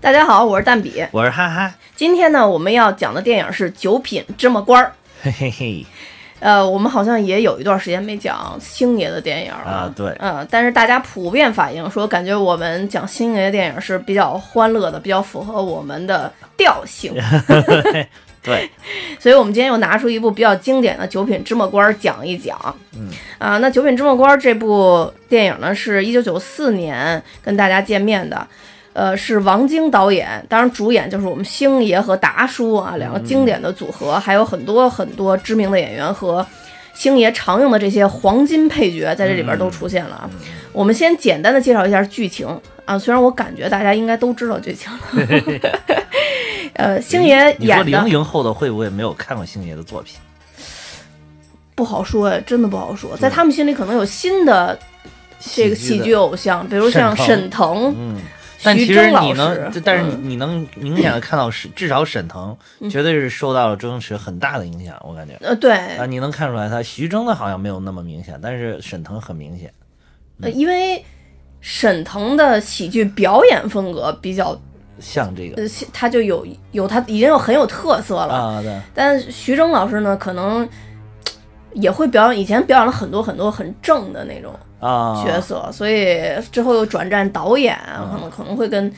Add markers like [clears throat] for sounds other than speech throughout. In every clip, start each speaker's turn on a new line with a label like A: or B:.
A: 大家好，我是蛋比。
B: 我是哈哈，
A: 今天呢，我们要讲的电影是《九品芝麻官》。
B: 嘿嘿嘿，
A: 呃，我们好像也有一段时间没讲星爷的电影了。
B: 啊对
A: 嗯，但是大家普遍反映说，感觉我们讲星爷的电影是比较欢乐的，比较符合我们的调性。
B: [laughs] 对，
A: 所以我们今天又拿出一部比较经典的《九品芝麻官》讲一讲。嗯啊，那《九品芝麻官》这部电影呢，是一九九四年跟大家见面的，呃，是王晶导演，当然主演就是我们星爷和达叔啊两个
B: 嗯
A: 经典的组合，还有很多很多知名的演员和。星爷常用的这些黄金配角在这里边
B: 嗯
A: 都出现了啊！我们先简单的介绍一下剧情啊，虽然我感觉大家应该都知道剧情了。
B: [laughs]
A: 呃，星爷
B: 你说
A: 演的
B: 零零后的会不会没有看过星爷的作品？
A: 不好说哎，真的不好说，在他们心里可能有新的这个喜
B: 嗯的
A: 剧，偶像，比如像沈
B: 沈
A: 腾、
B: 嗯，但
A: 徐
B: 其
A: 峥
B: 实
A: 老
B: 你
A: 师
B: 能，就，但是
A: 嗯
B: 你能明显的看到是，至少沈腾绝对是受到了周星驰很大的影响，我感觉
A: 呃对，
B: 啊，你能看出来他徐峥的好像没有那么明显，但是沈腾很明显。
A: 呃因为沈腾的喜剧表演风格比较，
B: 像这个
A: 呃，他就有有他已经有很有特色了，
B: 啊，对，
A: 但徐峥老师呢，可能。也会表演，以前表演了很多很多很正的那种
B: 啊，
A: 角色，所以之后又转战导演，啊
B: 嗯
A: 可能可能会跟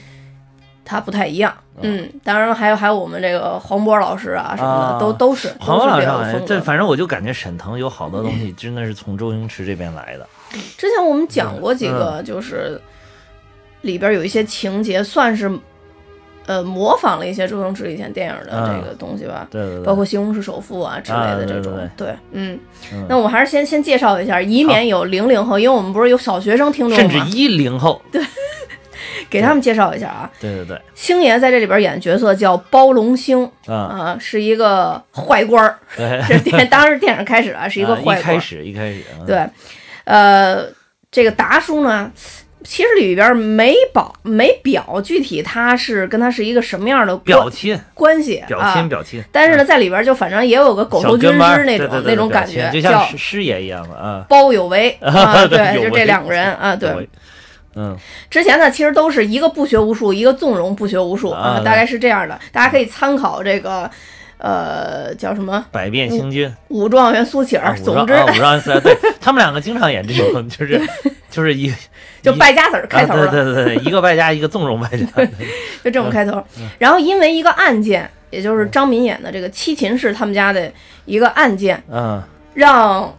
A: 他不太一样。
B: 啊
A: 嗯，当然还有还有我们这个黄渤老师啊什么的，
B: 啊
A: 都都是
B: 黄渤
A: 都是
B: 老
A: 比
B: 师
A: 较
B: 好
A: 有
B: 像，
A: 风格
B: 这反正我就感觉沈腾有好多东西真的是从周星驰这边来的。
A: 之前我们讲过
B: 嗯
A: 几个，就是里边有一些情节算是呃模仿了一些周星驰以前电影的
B: 嗯
A: 这个东西吧。
B: 对对对，
A: 包括《西红柿首富》啊之类的
B: 啊对
A: 这种，
B: 对
A: 嗯，
B: 嗯
A: 那我还是先先介绍一下，以免有零零后，因为我们不是有小学生听众
B: 甚至
A: 嘛，
B: 一零后，对
A: 给他们介绍一下啊。
B: 对对，
A: 星爷在这里边演的角色叫包龙星，
B: 啊，
A: 啊、是一个坏官儿。
B: 对，
A: [laughs] 这电当时电影开始啊，是一个
B: 啊
A: 坏官
B: 一
A: 儿。
B: 开始一开始，嗯，
A: 对，呃，这个达叔呢，其实里边没保没表具体他是跟他是一个什么样的
B: 表
A: 关
B: 亲，
A: 关系
B: 表
A: 啊
B: 亲，。表亲。嗯
A: 但是呢，在里边就反正也有个狗
B: 小
A: 头军
B: 跟班儿
A: 师那
B: 对
A: 种
B: 对对
A: 那种
B: 对
A: 感
B: 表
A: 觉，
B: 亲就
A: 叫
B: 像师师爷一样的啊，
A: 包有
B: [laughs]
A: 为啊，对，
B: 有
A: 就
B: 为
A: 这两个人啊，对。，
B: 嗯，
A: 之前呢，其实都是一个不学无术，一个纵容不学无术
B: 啊
A: 啊，
B: 对
A: 大概是这样的。大家可以参考这个，呃，叫什么
B: 百变星君，
A: 武状元苏乞
B: 啊
A: 儿。
B: 武
A: 总
B: 状
A: 之，
B: 啊武状元四人，对他们两个经常演这
A: [laughs]
B: 种，就是就是一
A: 就
B: 一
A: 败家子儿开头
B: 啊
A: 了，
B: 对对对对，一个败家，一个纵容败家，
A: 就这么开头。然后因为一个案件，也就是张敏演的这个七擒是他们家的一个案件，
B: 嗯
A: 让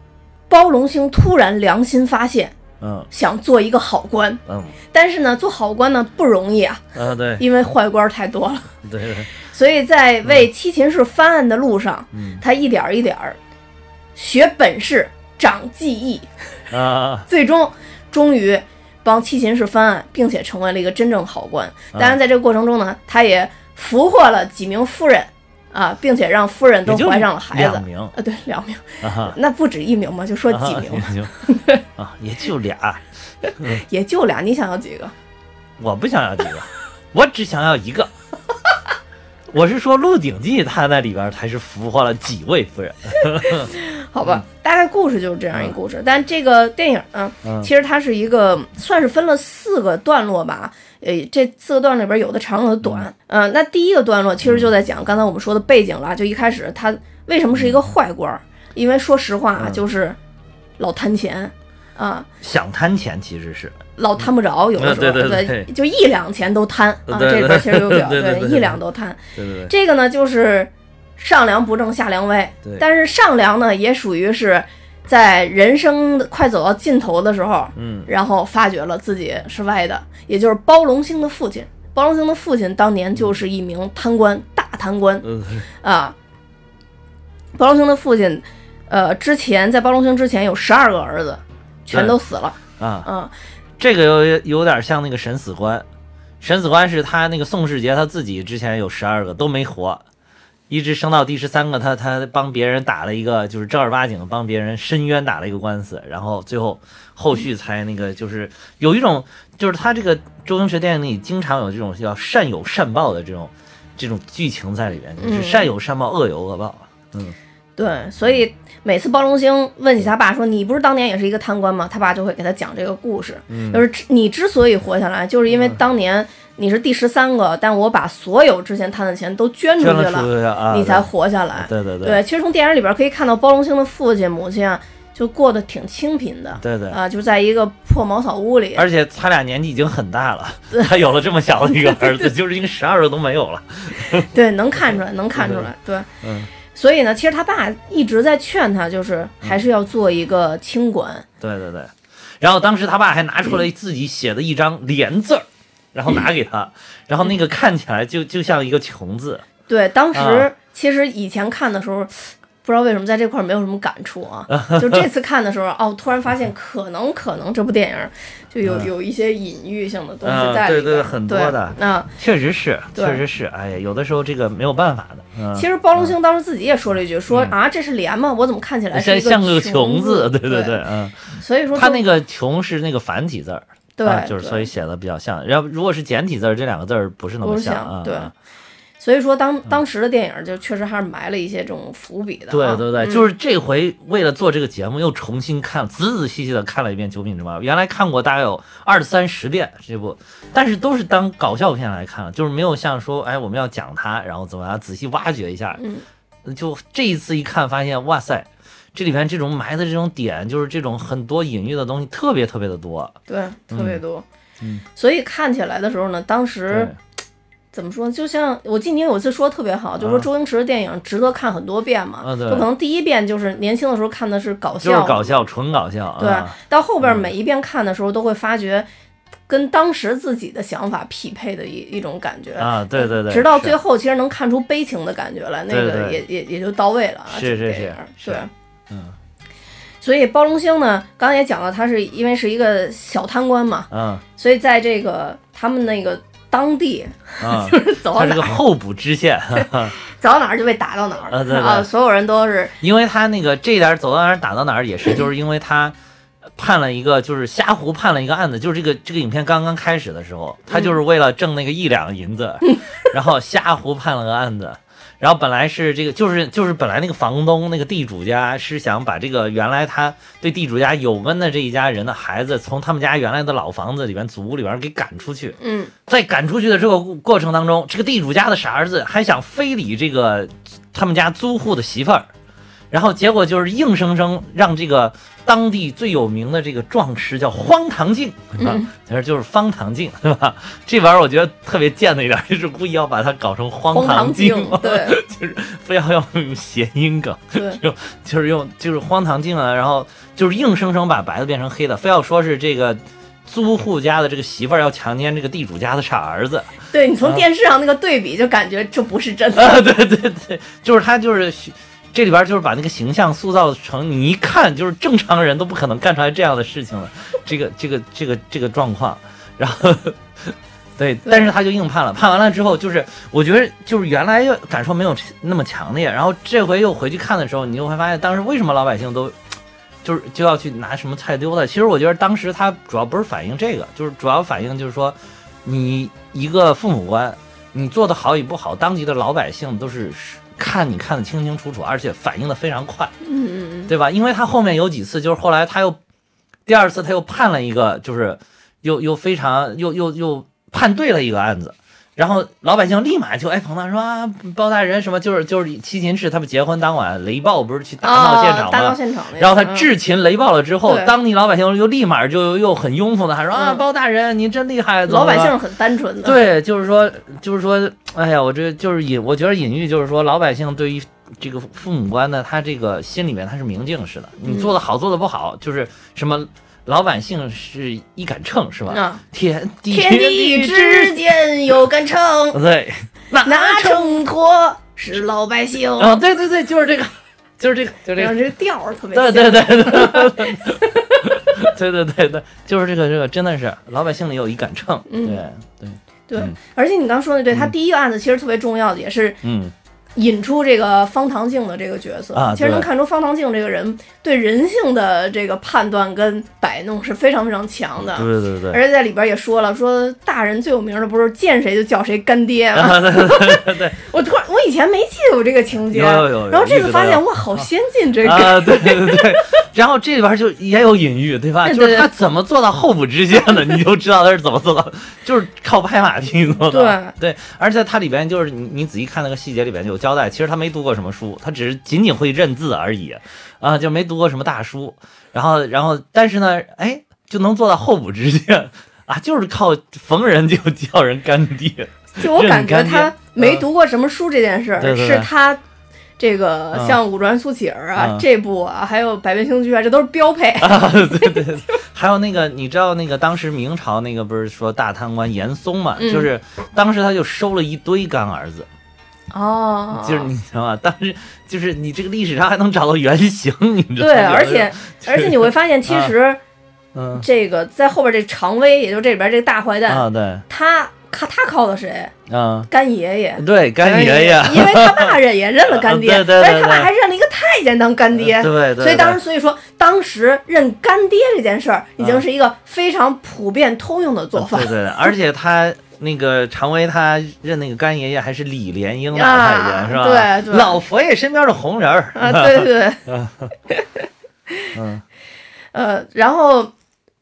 A: 包龙星突然良心发现，
B: 嗯
A: 想做一个好官。
B: 嗯
A: 但是呢，做好官呢不容易啊，
B: 啊，对
A: 因为坏官太多了。
B: 对对，
A: 所以在为七擒事翻案的路上，
B: 嗯
A: 他一点儿一点儿学本事，长技艺，
B: 啊，
A: 最终终于帮七擒事翻案，并且成为了一个真正好官。
B: 啊
A: 当然，在这个过程中呢，他也俘获了几名夫人啊，并且让夫人都
B: 也就
A: 怀上了孩子。
B: 两名
A: 啊，对，两名，
B: 啊哈，
A: 那不止一名嘛，就说几名嘛，
B: 啊
A: [laughs]
B: 也就啊，也就俩，啊
A: 也就俩。你想要几个？
B: 我不想要几个， [laughs] 我只想要一个。 [laughs] 我是说《鹿鼎记》，他那里边才是俘获了几位夫人。
A: 好吧，大概故事就是这样一个故事。但这个电影呢，
B: 嗯
A: 其实它是一个算是分了四个段落吧。呃，这四个段落里边有的长有的短。嗯、那第一个段落其实就在讲刚才我们说的背景了，就一开始他为什么是一个坏官儿？因为说实话啊，
B: 嗯
A: 就是老贪钱啊。
B: 想贪钱其实是，
A: 老贪不着，有的时候、
B: 嗯对对对
A: 就一两钱都贪啊，
B: 对对
A: 这里边其实有表
B: [laughs] 对对对对
A: 一两都贪。
B: 对对对，
A: 这个呢，就是上梁不正下梁歪
B: 对，
A: 但是上梁呢，也属于是在人生的快走到尽头的时候，
B: 嗯
A: 然后发觉了自己是歪的，也就是包龙星的父亲。包龙星的父亲当年就是一名贪官，大贪官
B: 嗯
A: 啊。包龙星的父亲，呃，之前在包龙星之前有十二个儿子，全
B: 对
A: 都死了，
B: 啊，
A: 嗯，
B: 这个有有点像那个审死官，审死官是他那个宋世杰他自己之前有十二个都没活，一直升到第十三个，他他帮别人打了一个就是正儿八经帮别人申冤打了一个官司，然后最后后续才那个就是有一种就是他这个周星驰电影里经常有这种叫善有善报的这种这种剧情在里边，就是
A: 嗯
B: 善有善报，恶有恶报。嗯，
A: 对，所以每次包龙星问起他爸说：“你不是当年也是一个
B: 嗯
A: 贪官吗？”他爸就会给他讲这个故事，就是之你之所以活下来，就是因为当年你是第十三个，但我把所有之前贪的钱都捐出去
B: 捐
A: 嗯了，
B: 了出去啊，
A: 你才活下来。
B: 对对对
A: 对，其实从电影里边可以看到，包龙星的父亲、母亲啊，就过得挺清贫的。
B: 对对，
A: 啊，就在一个破茅草屋里，
B: 而且他俩年纪已经很
A: [laughs]
B: 大了，他有了这么小的一个儿子，就是已经十二个都没有了。
A: 对，能看出来，能看出来，对，
B: 嗯
A: 所以呢，其实他爸一直在劝他，就是
B: 嗯
A: 还是要做一个清官，
B: 对对对，然后当时他爸还拿出来自己写的一张连字儿，然后拿给
A: [laughs]
B: 他，然后那个看起来就就像一个穷字，
A: 对，当时、
B: 啊
A: 其实以前看的时候，不知道为什么在这块儿没有什么感触啊，就这次看的时候，哦，突然发
B: [laughs]
A: 现可能可能这部电影就有、
B: 嗯
A: 有一些隐喻性的 [laughs] 东
B: 嗯
A: 西在
B: 对
A: 里边、
B: 对很多的
A: 对啊，
B: 确实是，
A: 对
B: 确实是，哎呀，有的时候这个没有办法的，嗯，
A: 其实包龙星当时自己也说了一句，说、啊，这是莲吗？我怎么看起来哎是
B: 像
A: 一
B: 像个
A: 穷
B: 穷字，对
A: 对
B: 对，嗯，
A: 所以说
B: 他
A: 就
B: 那个穷是那个繁体字儿，
A: 对、
B: 啊就是
A: 对
B: 所以写的比较像。然后如果是简体字儿，这两个字儿不是那么
A: 不是像
B: 啊。
A: 对
B: 啊
A: 所以说
B: 嗯
A: 当当时的电影就确实还是埋了一些这种伏笔的、啊。
B: 对对对，
A: 嗯
B: 就是这回为了做这个节目，又重新看，仔仔细细的看了一遍《九品芝麻官》，原来看过大概有二三十遍这部，但是都是当搞笑片来看了，就是没有像说，哎，我们要讲它，然后怎么样仔细挖掘一下。
A: 嗯
B: 就这一次一看，发现哇塞，这里边这种埋的这种点，就是这种很多隐喻的东西，特别特别的多。
A: 对，特别多。
B: 嗯
A: 所以看起来的时候呢，当时
B: 对
A: 怎么说？就像我记得您有一次说得特别好，就说
B: 啊
A: 周星驰的电影值得看很多遍嘛。
B: 啊对
A: 就可能第一遍就是年轻的时候看的是搞
B: 就是
A: 笑，
B: 搞笑，纯搞笑啊！
A: 对、到后边每一遍看的时候都会发觉。跟当时自己的想法匹配的一一种感觉
B: 啊对对对
A: 直到最
B: 是
A: 后其实能看出悲情的感觉来，那
B: 对
A: 个
B: 对
A: 也也也就到位了啊。
B: 是
A: 这
B: 是
A: 电影
B: 是
A: 对，
B: 是嗯
A: 所以包龙星呢，刚才也讲到，他是因为是一个小贪官嘛，
B: 嗯
A: 所以在这个他们那个当地， [laughs]
B: 嗯，
A: 走到
B: 它是
A: 哪
B: 个
A: 儿
B: 候补支线，
A: 走到哪儿就被打到哪儿
B: 啊对对
A: 啊，所有人都是
B: 因为他那个这一点走到哪儿打到哪儿也是，就是因为他判了一个就是瞎胡判了一个案子，就是这个这个影片刚刚开始的时候，他就是为了挣那个一两银子，然后瞎胡判了个案子。然后本来是这个，就是就是本来那个房东那个地主家是想把这个原来他对地主家有恩的这一家人的孩子，从他们家原来的老房子里边祖屋里边给赶出去，
A: 嗯
B: 在赶出去的这个过程当中，这个地主家的傻儿子还想非礼这个他们家租户的媳妇儿，然后结果就是硬生生让这个当地最有名的这个壮士叫荒唐镜，是吧？他说就是方唐镜，是吧？这玩意儿我觉得特别贱的一点儿，就是故意要把它搞成荒
A: 荒唐
B: 镜，
A: 镜，对
B: 就是 [laughs] 非要要用谐音梗。
A: 对
B: 就是用就是荒唐镜啊，然后就是硬生生把白的变成黑的，非要说是这个租户家的这个媳妇儿要强奸这个地主家的傻儿子
A: 对，你从电视上那个对比就感觉这不是真的，
B: 啊！ [laughs] 对对对，就是他就是这里边就是把那个形象塑造成你一看就是正常人都不可能干出来这样的事情了，这个这个这个这个状况，然后。对，但是他就硬判了，判完了之后，就是我觉得就是原来感受没有那么强烈，然后这回又回去看的时候，你就会发现当时为什么老百姓都就是就要去拿什么菜丢的。其实我觉得当时他主要不是反映这个，就是主要反映就是说，你一个父母官，你做的好与不好，当地的老百姓都是看你看得清清楚楚，而且反应的非常快，
A: 嗯嗯
B: 对吧？因为他后面有几次，就是后来他又第二次他又判了一个，就是又又非常又又又判对了一个案子。然后老百姓立马就哎，彭大说啊，包大人什么就是就是七秦氏他们结婚当晚，雷暴不是去
A: 嗯，
B: 大闹现场
A: 啊
B: 吗？
A: 大闹现场那个，嗯
B: 然后他智擒雷暴了之后
A: 对，
B: 当地老百姓又立马就又很拥护的，还说啊，
A: 嗯
B: 包大人您真厉害，
A: 嗯
B: 怎么
A: 老百姓
B: 了。
A: 是很单 [laughs] 纯的，
B: 对，就是说，就是说，哎呀，我这就是隐，我觉得隐喻就是说，老百姓对于这个父母官呢，他这个心里面他是明镜似的，
A: 嗯
B: 你做的好，做的不好，就是什么老百姓是一杆秤是吧？
A: 啊，
B: 天地
A: 天地之间有杆
B: [laughs]
A: 秤，
B: 对，
A: 拿秤砣是老百姓，
B: 啊，对对对，就是这个，就是这个，就是这
A: 然
B: 个
A: 后。这调儿特别
B: 对
A: 像，
B: 对对对对对对对对对，就是这个这个，真的是老百姓里有一杆秤，对
A: 嗯对
B: 对，嗯
A: 而且你刚说的对，他第一个案子其实特别重要的，也是
B: 嗯，
A: 引出这个方唐镜的这个角色。
B: 啊
A: 其实能
B: 对
A: 看出方唐镜这个人对人性的这个判断跟摆弄是非常非常强的。
B: 对对对对，
A: 而且在里边也说了，说大人最有名的不是见谁就叫谁干爹吗？
B: 啊对对对
A: [laughs] 我突然我以前没记得有这个情节，
B: 有有有有
A: 然后这次发
B: 一直
A: 现
B: 都有
A: 哇，好先进这
B: 对
A: 个。
B: 啊对对对对，然后这里边就也有隐喻，对吧？
A: 对
B: 就
A: 对
B: 是他怎么做到候补之间的，你就知道他是怎么做到，就是靠拍马屁做的。对而且它里边就是你你仔细看那个细节里边就有交代，其实他没读过什么书，他只是仅仅会认字而已，啊，就没读过什么大书。然后然后但是呢，哎，就能做到候补之间。 [laughs] 啊，就是靠逢人就叫人干爹，
A: 就我感觉
B: 认干
A: 他
B: 爹
A: 没
B: 嗯
A: 读过什么书这件事儿，
B: 对对
A: 是
B: 对
A: 他这个
B: 嗯
A: 像《五专苏乞儿》啊、
B: 嗯
A: 这部啊，还有《百变星君》啊，这都是标
B: [laughs]
A: 配。
B: 啊，对对对，还有那个，你知道那个当时明朝那个不是说大贪官严嵩嘛，
A: 嗯
B: 就是当时他就收了一堆干儿子，
A: 哦，
B: 就是你知道吗？当时就是你这个历史上还能找到原型，你知道吗？
A: 对，而且
B: 就是
A: 而且你会发现，其实
B: 嗯
A: 这个在后边这常威，也就这里边这大坏蛋，
B: 啊对
A: 他靠他靠的谁？
B: 嗯
A: 干爷爷。
B: 对干爷爷，
A: 因为他爸认也认了干爹，
B: 啊对对对
A: 而且他爸
B: 对呃
A: 还认了一个太监当干爹，
B: 对对，
A: 所以当时，
B: 时
A: 所以说当时认干爹这件事儿已经是一个非常普遍通用的做法
B: 对对对，而且他。那个常威他认那个干爷爷还是李莲英老
A: 啊
B: 太监是吧？
A: 对对
B: 老佛爷身边的红人
A: [laughs]
B: 儿
A: 啊，对对对，
B: [laughs] 嗯
A: 呃，然后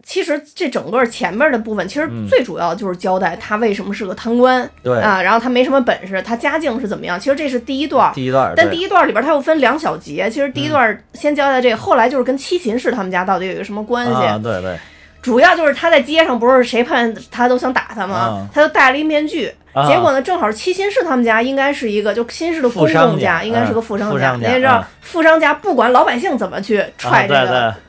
A: 其实这整个前面的部分，其实最主要就是交代他为什么是个贪官，
B: 嗯对
A: 啊，然后他没什么本事，他家境是怎么样，其实这是第一段儿。
B: 第一段儿，
A: 但
B: 啊对嗯
A: 第一段里边，它又分两小节。其实第一段先交代这个，后来就是跟七秦氏他们家到底有一个什么关系。
B: 啊，对对，
A: 主要就是他在街上，不是谁判他都想打他吗？
B: 啊
A: 他就戴了一面具。
B: 啊
A: 结果呢，正好七新市他们家应该是一个，就新市的公
B: 富商
A: 众
B: 家
A: 应该是个
B: 嗯
A: 富商
B: 富商
A: 你
B: 家
A: 也知道
B: 嗯，
A: 富商家不管老百姓怎么去
B: 啊
A: 踹这
B: 对
A: 个
B: 对，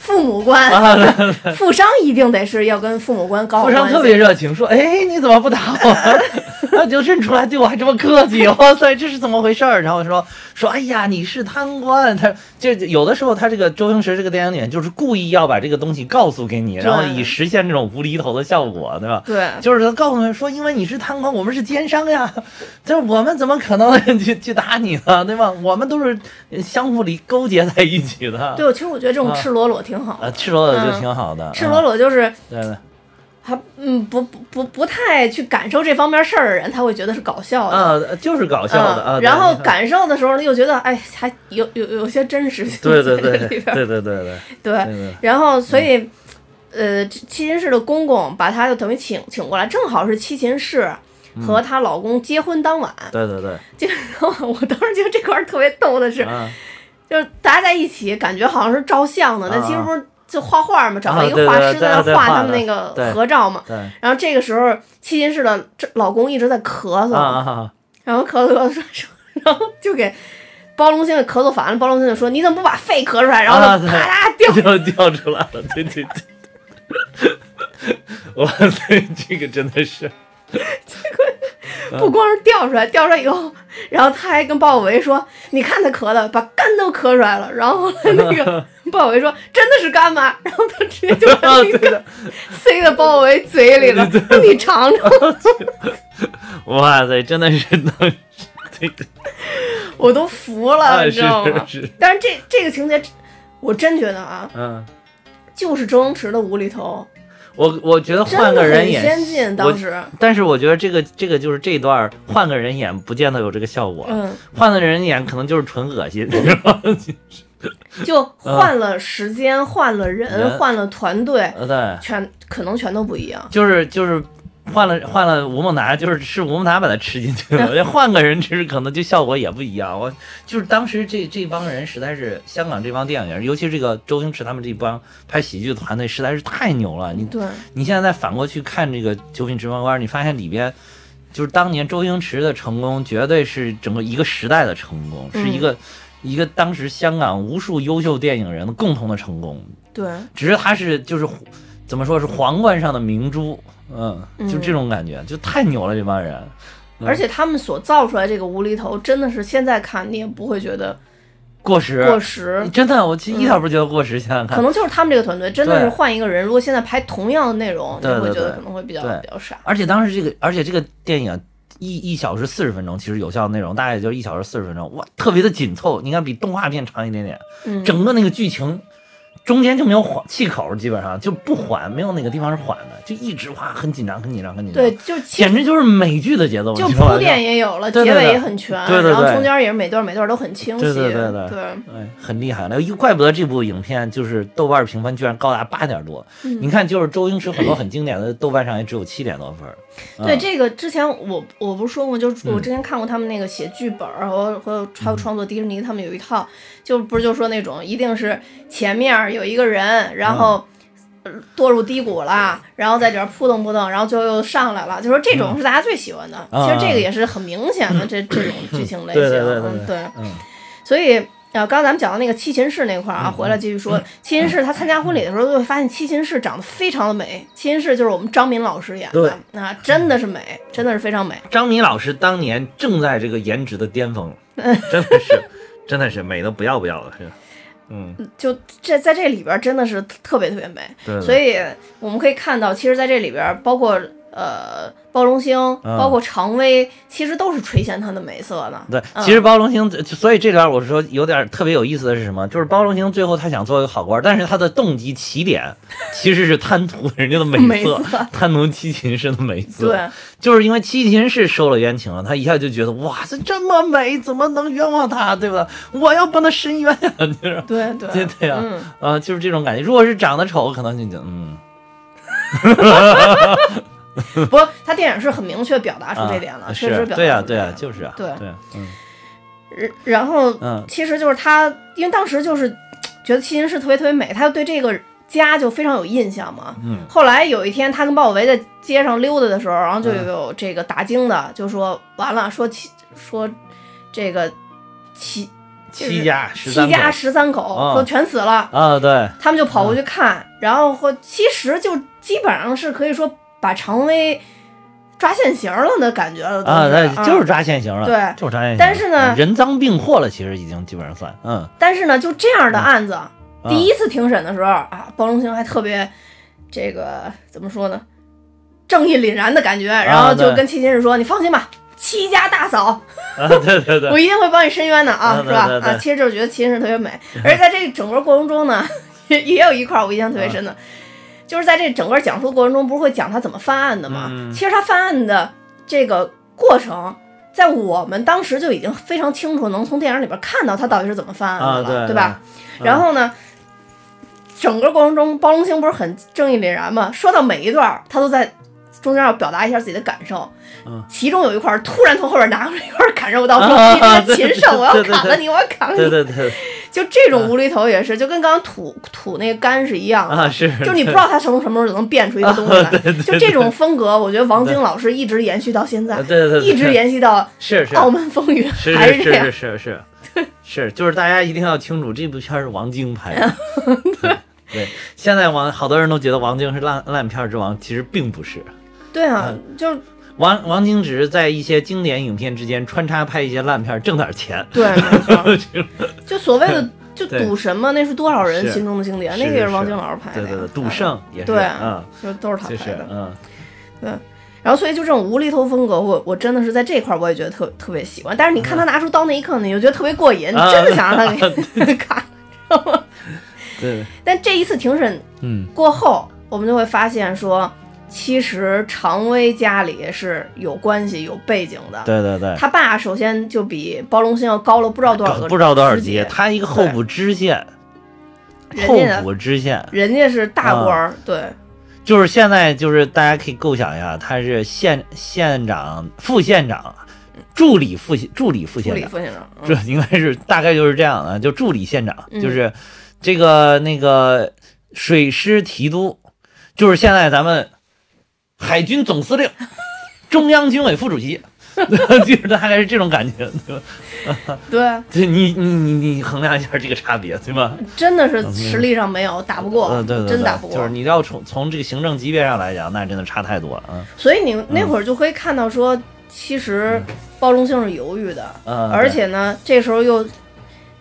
A: 父母官，
B: 啊对
A: [laughs] 富商一定得是要跟父母官搞好
B: 富商
A: 关
B: 特
A: 系。
B: 别热情，说：“哎，你怎么不打我？”
A: [laughs]
B: 他就认出来，对我还这么客气，哇塞，这是怎么回事儿？然后说说：“哎呀，你是贪官。”他就有的时候，他这个周星驰这个电影里面就是故意要把这个东西告诉给你，然后以实现这种无厘头的效果，对吧？
A: 对，
B: 就是他告诉你说，因为你是贪官，我们是奸商呀， [laughs] 就是我们怎么可能 [laughs] 去去打你呢？对吧？我们都是相互里勾结在一起的。
A: 对，我其实我觉得这种
B: 啊
A: 赤裸裸挺好
B: 啊，
A: 的。
B: 赤裸裸就挺好的。
A: 赤裸
B: 裸，
A: 裸就是
B: 对对，
A: 还嗯不不不不太去感受这方面事儿的人，他会觉得是搞笑的。
B: 啊，就是搞笑的
A: 嗯
B: 啊。对
A: 然
B: [laughs]
A: 后
B: 对
A: 感受的时候呢，又觉得哎，还有有有些真 [laughs] 实性
B: 对
A: 在
B: 对
A: 这
B: 对对
A: 里
B: 对
A: 边儿。
B: 对嗯对对
A: 对，
B: 对，
A: [laughs] 然后所以，呃，这七秦氏的公公把她就等于请请过来，正好是七秦氏和她老公结婚当晚。[laughs]
B: 嗯对对对，
A: 结婚当晚，我当时觉得这块儿特别逗的是，
B: 啊
A: 就是大家在一起，感觉好像是照相呢，但其实不是就画画嘛，找了一个
B: 啊对对
A: 画
B: 对
A: 师在那
B: 对对
A: 画
B: 画
A: 他们
B: 的
A: 那个
B: 对
A: 合照嘛。
B: 对啊
A: 然后这个时候，七秦氏的这老公一直在咳嗽，
B: 啊
A: 然后咳嗽咳嗽说说，然后就给包龙星给咳嗽烦了。包龙星就说：“你怎么不把肺咳出来？”然后就
B: 啊
A: 啪
B: 对
A: 啦掉。
B: 掉掉出来了，对 [laughs] 对对。哇塞，这个真的是 [laughs]
A: 不光是掉出来，掉出来以后，然后他还跟鲍伟说：“你看他咳的，把肝都咳出来了。”然后后来那
B: [laughs]
A: 个鲍伟说：“真的是肝吗？”然后他直接就把
B: 啊，
A: 那
B: 对
A: 个
B: 的，
A: [laughs] 塞到鲍伟嘴里了，
B: 对
A: 说你尝
B: [laughs]
A: 尝。
B: 哇塞，真的是能， [laughs] 对对
A: 我都服了，
B: 啊，
A: 你
B: 是
A: 知道吗？
B: 是是，
A: 但是这这个情节，我真觉得啊，
B: 嗯，
A: 就是周星驰的无厘头，
B: 我我觉得
A: 真
B: 换
A: 的
B: 个人
A: 很
B: 演，
A: 先进。
B: 我
A: 当时，
B: 但是我觉得这个这个就是这段儿换个人演，不见得有这个效果，
A: 嗯。
B: 换个人演可能就是纯恶心，你知道吗？
A: 就换了时间，换了人，
B: 嗯人
A: 换了团队，
B: 呃对。
A: 全可能全都不一样。
B: 就是就是换了换了吴孟达，就是是吴孟达把他吃进去了，要换个人吃，可能就效果也不一样。我就是当时这这帮人实在是香港这帮电影人，尤其这个周星驰他们这帮拍喜剧的团队实在是太牛了。你
A: 对，
B: 你现在再反过去看这个《九品芝麻官》，你发现里边。就是当年周星驰的成功，绝对是整个一个时代的成功，是一个、一个当时香港无数优秀电影人的共同的成功。
A: 对，
B: 只是他是就是怎么说是皇冠上的明珠，嗯，就这种感觉，就太牛了这帮人。嗯
A: 而且他们所造出来这个无厘头，真的是现在看你也不会觉得
B: 过时，
A: 过时，
B: 真的，我其啊实一点不觉得过时。想想
A: 可
B: 看，
A: 能就是他们这个团队真的
B: 对
A: 是换一个人，如果现在拍同样的内容，你
B: 对对
A: 会觉得
B: 对
A: 可能会比较
B: 对
A: 比较傻。
B: 而且当时这个，而且这个电影一一小时四十分钟，其实有效内容大概也就一小时四十分钟，哇，特别的紧凑。你看比动画片长一点点，
A: 嗯，
B: 整个那个剧情中间就没有缓气口，基本上就不缓，没有哪个地方是缓的，就一直哇很紧张，很紧张，很紧张。
A: 对，，就其
B: 简直就是美剧的节奏，
A: 就
B: 你知道吧
A: 铺垫也有了，
B: 对
A: 结
B: 对
A: 尾
B: 对
A: 也很全，
B: 对对
A: 然后
B: 对
A: 中间也是每段每段都很清晰，
B: 对对对对哎，很厉害了，怪不得这部影片就是豆瓣评分居然高达八点多。
A: 嗯
B: 你看，就是周星驰很多很经典的豆瓣上也只有七点多分儿。
A: 对
B: 嗯
A: 这个之前我我不是说过，就是我
B: 嗯
A: 之前看过他们那个写剧本儿和和还有创作迪士尼，他们有一套，就不是就说那种一定是前面儿有一个人，然
B: 嗯
A: 后呃堕入低谷了，然后在里边儿扑腾扑腾，然后最后又上来了，就说这种
B: 嗯
A: 是大家最喜欢的。
B: 啊
A: 其实这个也是很明显的这这种剧情类型，
B: 对对对对
A: 嗯对
B: 嗯
A: 所以。呃，刚刚咱们讲到那个七秦氏那块儿啊，回来继续
B: 嗯
A: 说七秦氏。他参加婚礼的时候，就会发现七秦氏长得非常的美。七秦氏就是我们张敏老师演的，啊，真的是美，真的是非常美。
B: 张敏老师当年正在这个颜值的巅峰，
A: 嗯
B: 真的是， [laughs] 真的是美的不要不要的，是，嗯，
A: 就这在这里边儿真的是特特别特别美。
B: 对的。
A: 所以我们可以看到，其实在这里边儿，包括呃包龙星，
B: 嗯
A: 包括常威，其实都是垂涎她的美色的。
B: 对，
A: 嗯
B: 其实包龙星，所以这段我说有点特别有意思的是什么？就是包龙星最后他想做一个好官，但是他的动机起点其实是贪图人家的
A: [laughs]
B: 美
A: 美
B: 色，
A: 色
B: 贪图七秦氏的美色。
A: 对，
B: 就是因为七秦氏受了冤情了，他一下就觉得哇，这这么美，怎么能冤枉他，对吧？我要帮他伸冤啊呀、就是
A: 对对
B: [laughs] 对对啊
A: 嗯，
B: 啊、就是这种感觉。如果是长得丑，可能就就嗯，
A: 不，他电影是很明确表达出这点了，
B: 啊、
A: 确实
B: 是
A: 表达出
B: 对呀、
A: 这
B: 对呀、
A: 点了
B: 就是啊，
A: 对
B: 对，嗯
A: 然然后，
B: 嗯
A: 其实就是他，因为当时就是觉得七秦氏特别特别美，他对这个家就非常有印象嘛。
B: 嗯
A: 后来有一天，他跟鲍伟在街上溜达的时候，然后就有这个打更的就说完了，说七说这个七就是
B: 七家十
A: 七
B: 三
A: 家
B: 口
A: 十三口、
B: 啊
A: 说全死了，
B: 啊，对，
A: 他们就跑过去看，然后或其实就基本上是可以说把常威抓现行了的感觉了都
B: 啊，
A: 是
B: 对，就是
A: 嗯
B: 抓现行了，
A: 对
B: 就是抓现行了。
A: 但是呢
B: 嗯人赃并获了，其实已经基本上算，嗯，
A: 但是呢，就这样的案子，
B: 嗯
A: 第一次庭审的时候啊，包龙星还特别这个怎么说呢，正义凛然的感觉，然后就
B: 啊对
A: 跟七秦氏说：“你放心吧，七家大嫂，
B: 啊，对对对，
A: [laughs] 我一定会帮你申冤的啊，
B: 对
A: 是吧？”
B: 对对
A: 啊，其实就是觉得七秦氏特别
B: [laughs]
A: 美，而且在这整个过程中呢，也也有一块我印象特别深
B: 啊
A: 的，就是在这整个讲述过程中，不是会讲他怎么犯案的吗？
B: 嗯
A: 其实他犯案的这个过程。在我们当时就已经非常清楚，能从电影里边看到他到底是怎么犯案
B: 啊，
A: 的了，
B: 对
A: 对吧？？然后呢，整个过程中，包龙星不是很正义凛然吗？说到每一段儿，他都在中间要表达一下自己的感受。
B: 嗯
A: 其中有一块儿突然从后边拿出来一块砍肉
B: [laughs]
A: 刀，说：“
B: 啊
A: 你这个
B: 对
A: 禽
B: 对
A: 兽，我要
B: 对对
A: 砍了
B: 对
A: 你，我要砍了你。
B: 对对对
A: 就这种无厘头也是，就跟刚刚吐吐那个干是一样的。
B: 啊， [laughs] 是，
A: [laughs] 就你不知道他什么什么时候能变出一个东西
B: [laughs]
A: 来，就这种风格，我觉得王晶老师一直延续到现在，
B: 对对对，对
A: 一直延续到
B: 是是
A: 《澳门风云》
B: 是
A: 还
B: 是
A: 这样
B: 是。是是是，就是大家一定要清楚，这部片儿是王晶拍的。
A: 嗯
B: [laughs] 对对，现在王好多人都觉得王晶是烂烂片儿之王，其实并不是。
A: 对啊，
B: 嗯
A: 就
B: 王王晶只是在一些经典影片之间穿插拍一些烂片儿，挣点儿钱。
A: [laughs] 对，没错。
B: 这种 [laughs]
A: 就所谓的就
B: 对
A: 赌神嘛，那是多少人
B: 是
A: 心中的经典，那
B: 是
A: 个也
B: 是
A: 王晶老师拍的
B: 对
A: 呀，
B: 对对，
A: 啊
B: 赌，圣也是，
A: 对
B: 嗯，
A: 就都是他
B: 就
A: 拍
B: 是
A: 的。
B: 嗯
A: 然后所以就这种无厘头风格，我我真的是在这块儿我也觉得特特别喜欢。但是你看他拿出刀那一刻，你就觉得特别过瘾，
B: 嗯啊
A: 你真的想让
B: [laughs]
A: 他给 [laughs] 砍，知道吗？
B: 对对，
A: 但这一次庭审
B: 嗯
A: 过后，我们就会发现说，其实常威家里是有关系、有背景的。
B: 对对对。
A: 他爸首先就比包龙星要高了不知道多少个，
B: 不知道多少级
A: 级，，
B: 他一个候补知县，
A: 人
B: 候
A: 家的
B: 补知县，
A: 人家是大
B: 啊
A: 官儿，对。
B: 就是现在，就是大家可以构想一下，他是县县长、副县长、助理副助理副
A: 处
B: 县
A: 理
B: 长，
A: 副县长，嗯
B: 这应该是大概就是这样的，就助理县长，
A: 嗯
B: 就是这个那个水师提督，就是现在咱们海军总
A: [laughs]
B: 司令、中央军委副主席， [laughs] 就是大概是这种感觉，对吧？
A: 对，
B: 对你你你你衡量一下这个差别，对吧？
A: 真的是实力上没有，打不过
B: 嗯，，对对对，
A: 真打不过。
B: 就是你要从从这个行政级别上来讲，那真的差太多了，嗯
A: 所以你那会儿就会看到说，其实包容性是犹豫的，
B: 嗯，
A: 呃而
B: 对
A: 且呢，这时候又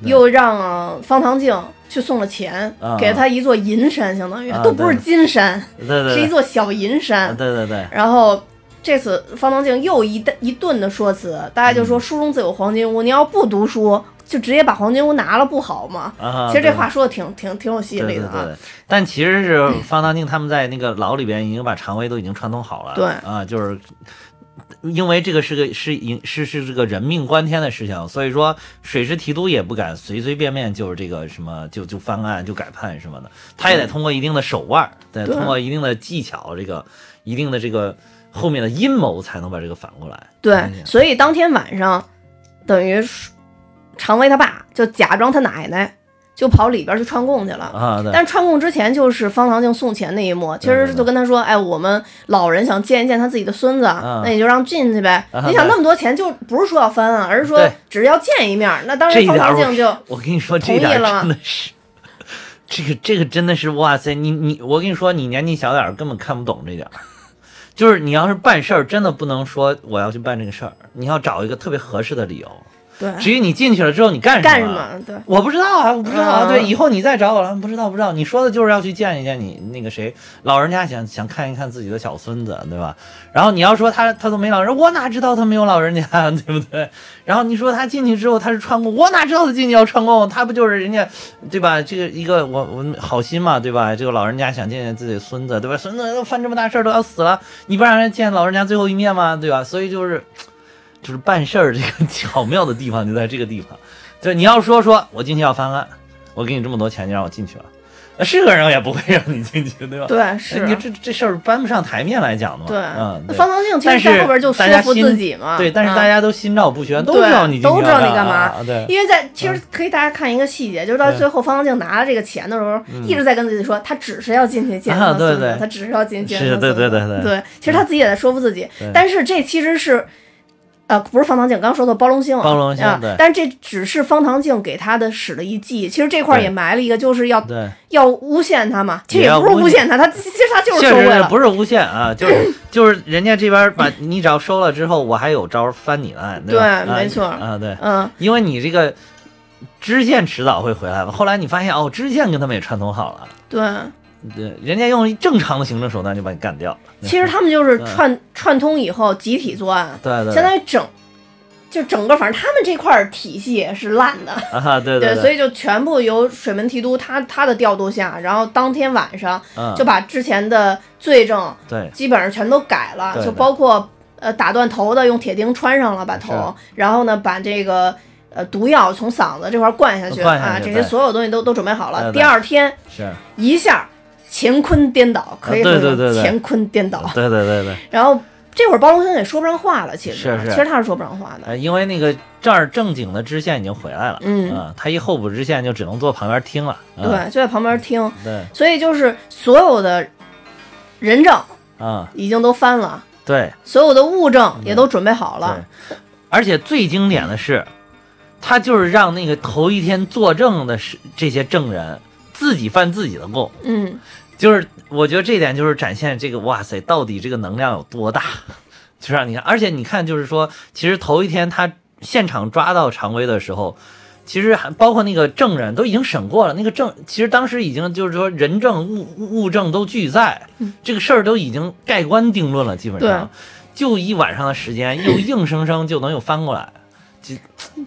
A: 又让呃方唐镜去送了钱，
B: 啊
A: 给了他一座银山，相当于
B: 啊
A: 都不是金山，
B: 对对对
A: 是一座小银山。
B: 对对对，
A: 然后这次方东镜又一顿一顿的说辞，大概就
B: 嗯
A: 说书中自有黄金屋，你要不读书，就直接把黄金屋拿了不好吗？
B: 啊，
A: 其实这
B: 对
A: 话说的挺挺挺有吸引
B: 对
A: 力
B: 对
A: 的啊
B: 对，，但其实是方唐镜他们在那个牢里边已经把肠胃都已经串通好了，
A: 对
B: 啊，就是因为这个是个是影是是这个人命关天的事情，所以说水师提督也不敢随随便便就是这个什么就就翻案就改判什么的，他也得通过一定的手腕，得
A: 对
B: 通过一定的技巧，这个一定的这个后面的阴谋才能把这个反过来，
A: 对
B: 嗯
A: 所以当天晚上，等于是常威他爸就假装他奶奶，就跑里边去串供去了。
B: 啊，对，
A: 但是串供之前就是方唐镜送钱那一幕，其实就跟他说：“哎，我们老人想见一见他自己的孙子，
B: 嗯
A: 那你就让进去呗。
B: 啊
A: 你想那么多钱，就不是说要翻啊，而是说
B: 对
A: 只要见一面。那当
B: 这
A: 时
B: 一
A: 方
B: 点
A: 唐
B: 儿
A: 镜就
B: 我跟你说，
A: 同
B: 这点
A: 意
B: 儿
A: 了吗
B: 真的是，这个这个真的是哇塞！你你我跟你说，你年纪小点儿根本看不懂这点儿。就是你要是办事儿，真的不能说我要去办这个事儿，你要找一个特别合适的理由。
A: 对
B: 至于你进去了之后你干
A: 干
B: 什
A: 什
B: 么，
A: 么？对
B: 我不知道啊，我不知道
A: 嗯
B: 啊。对，以后你再找我了，不知道不知道。你说的就是要去见一见你那个谁，老人家想想看一看自己的小孙子，对吧？然后你要说他他都没老人，我哪知道他没有老人家，啊 [laughs] 对不对？然后你说他进去之后他是串供，我哪知道他进去要串供？他不就是人家对吧？这个一个我我好心嘛，对吧？这个老人家想见见自己的孙子，对吧？孙子都犯这么大事儿都要死了，你不让人见老人家最后一面吗？对吧？所以就是就是办事儿这个 [laughs] 巧妙的地方就在这个地方。对，你要说说我进去要翻案，我给你这么多钱，你让我进去了，那是个人也不会让你进去，对吧？哎
A: 对是。
B: 你这这事儿搬不上台面来讲的嘛。
A: 对，
B: 嗯，
A: 那
B: 对
A: 方唐镜其
B: 但
A: 实在
B: 是
A: 后边就说
B: 大家
A: 服
B: 心
A: 自己嘛。
B: 对，但是
A: 嗯
B: 大家都心照不宣，都
A: 对
B: 知道你进去
A: 都知道你干嘛
B: 啊啊对，
A: 因为在其实可以大家看一个细节，就是到
B: 对嗯
A: 最后方唐镜拿了这个钱的时候，一直在跟自己说，他只是要进去见他
B: 啊
A: 的孙子，
B: 对对
A: 他只是要进去见他
B: 是
A: 的孙子。
B: 对对对对嗯
A: 其实他自己也在说服自己
B: 对，
A: 但是这其实是。呃，不是方唐镜，刚说的包龙星啊，
B: 包龙星
A: 啊
B: 对
A: 但这只是方唐镜给他的使了一计，其实这块儿
B: 对
A: 也埋了一个，就是要
B: 对，
A: 要诬陷他嘛，其实
B: 也要
A: 不是
B: 诬
A: 诬陷他，他其实他就是
B: 确
A: 受贿
B: 实是
A: 了，
B: 不是无限啊，就是就是人家这边把你只要收了之后，我还有招儿翻你的案，吧？
A: 对
B: 啊
A: 没错
B: 啊，对，
A: 嗯，
B: 因为你这个知县迟早会回来嘛。后来你发现哦，知县跟他们也串通好了，
A: 对，
B: 对，人家用正常的行政手段就把你干掉了。
A: 其实他们就是
B: 嗯
A: 串串通以后集体作案，
B: 对对，
A: 相当于整，就整个反正他们这块儿体系是烂的，
B: 啊，对对，
A: 所以就全部由水门提督他他的调度下，然后当天晚上
B: 嗯
A: 就把之前的罪证
B: 对
A: 基本上全都改了，
B: 对
A: 就
B: 对
A: 包括呃打断头的用铁钉穿上了把头，然后呢把这个。呃，毒药从嗓子这块儿灌下去
B: 灌下去
A: 啊，这
B: 对
A: 些所有东西都都准备好了。
B: 对对
A: 第二天
B: 是，
A: 一下乾坤颠倒，可以
B: 啊对
A: 说
B: 对对对
A: 乾坤颠倒。
B: 对对对对。
A: 然后这会儿包龙星也说不上话了，其实
B: 是是
A: 其实他是说不上话的。
B: 呃，因为那个这儿正经的知县已经回来了，
A: 嗯
B: 啊他一候补知县就只能坐旁边听了，
A: 对，
B: 啊、
A: 就在旁边听。
B: 对，
A: 所以就是所有的人证
B: 啊、
A: 已经都翻了，
B: 对
A: 所有的物证也都准备好
B: 对
A: 了。，
B: 而且最经典的是，他就是让那个头一天作证的是这些证人自己犯自己的供，
A: 嗯，
B: 就是我觉得这一点就是展现这个哇塞，到底这个能量有多大， [laughs] 就让你看，而且你看就是说，其实头一天他现场抓到常威的时候。其实还包括那个证人都已经审过了，那个证其实当时已经就是说人证物物物证都俱在，这个事儿都已经盖棺定论了，基本上
A: 对
B: 就一晚上的时间，又硬生生就能又翻过来，就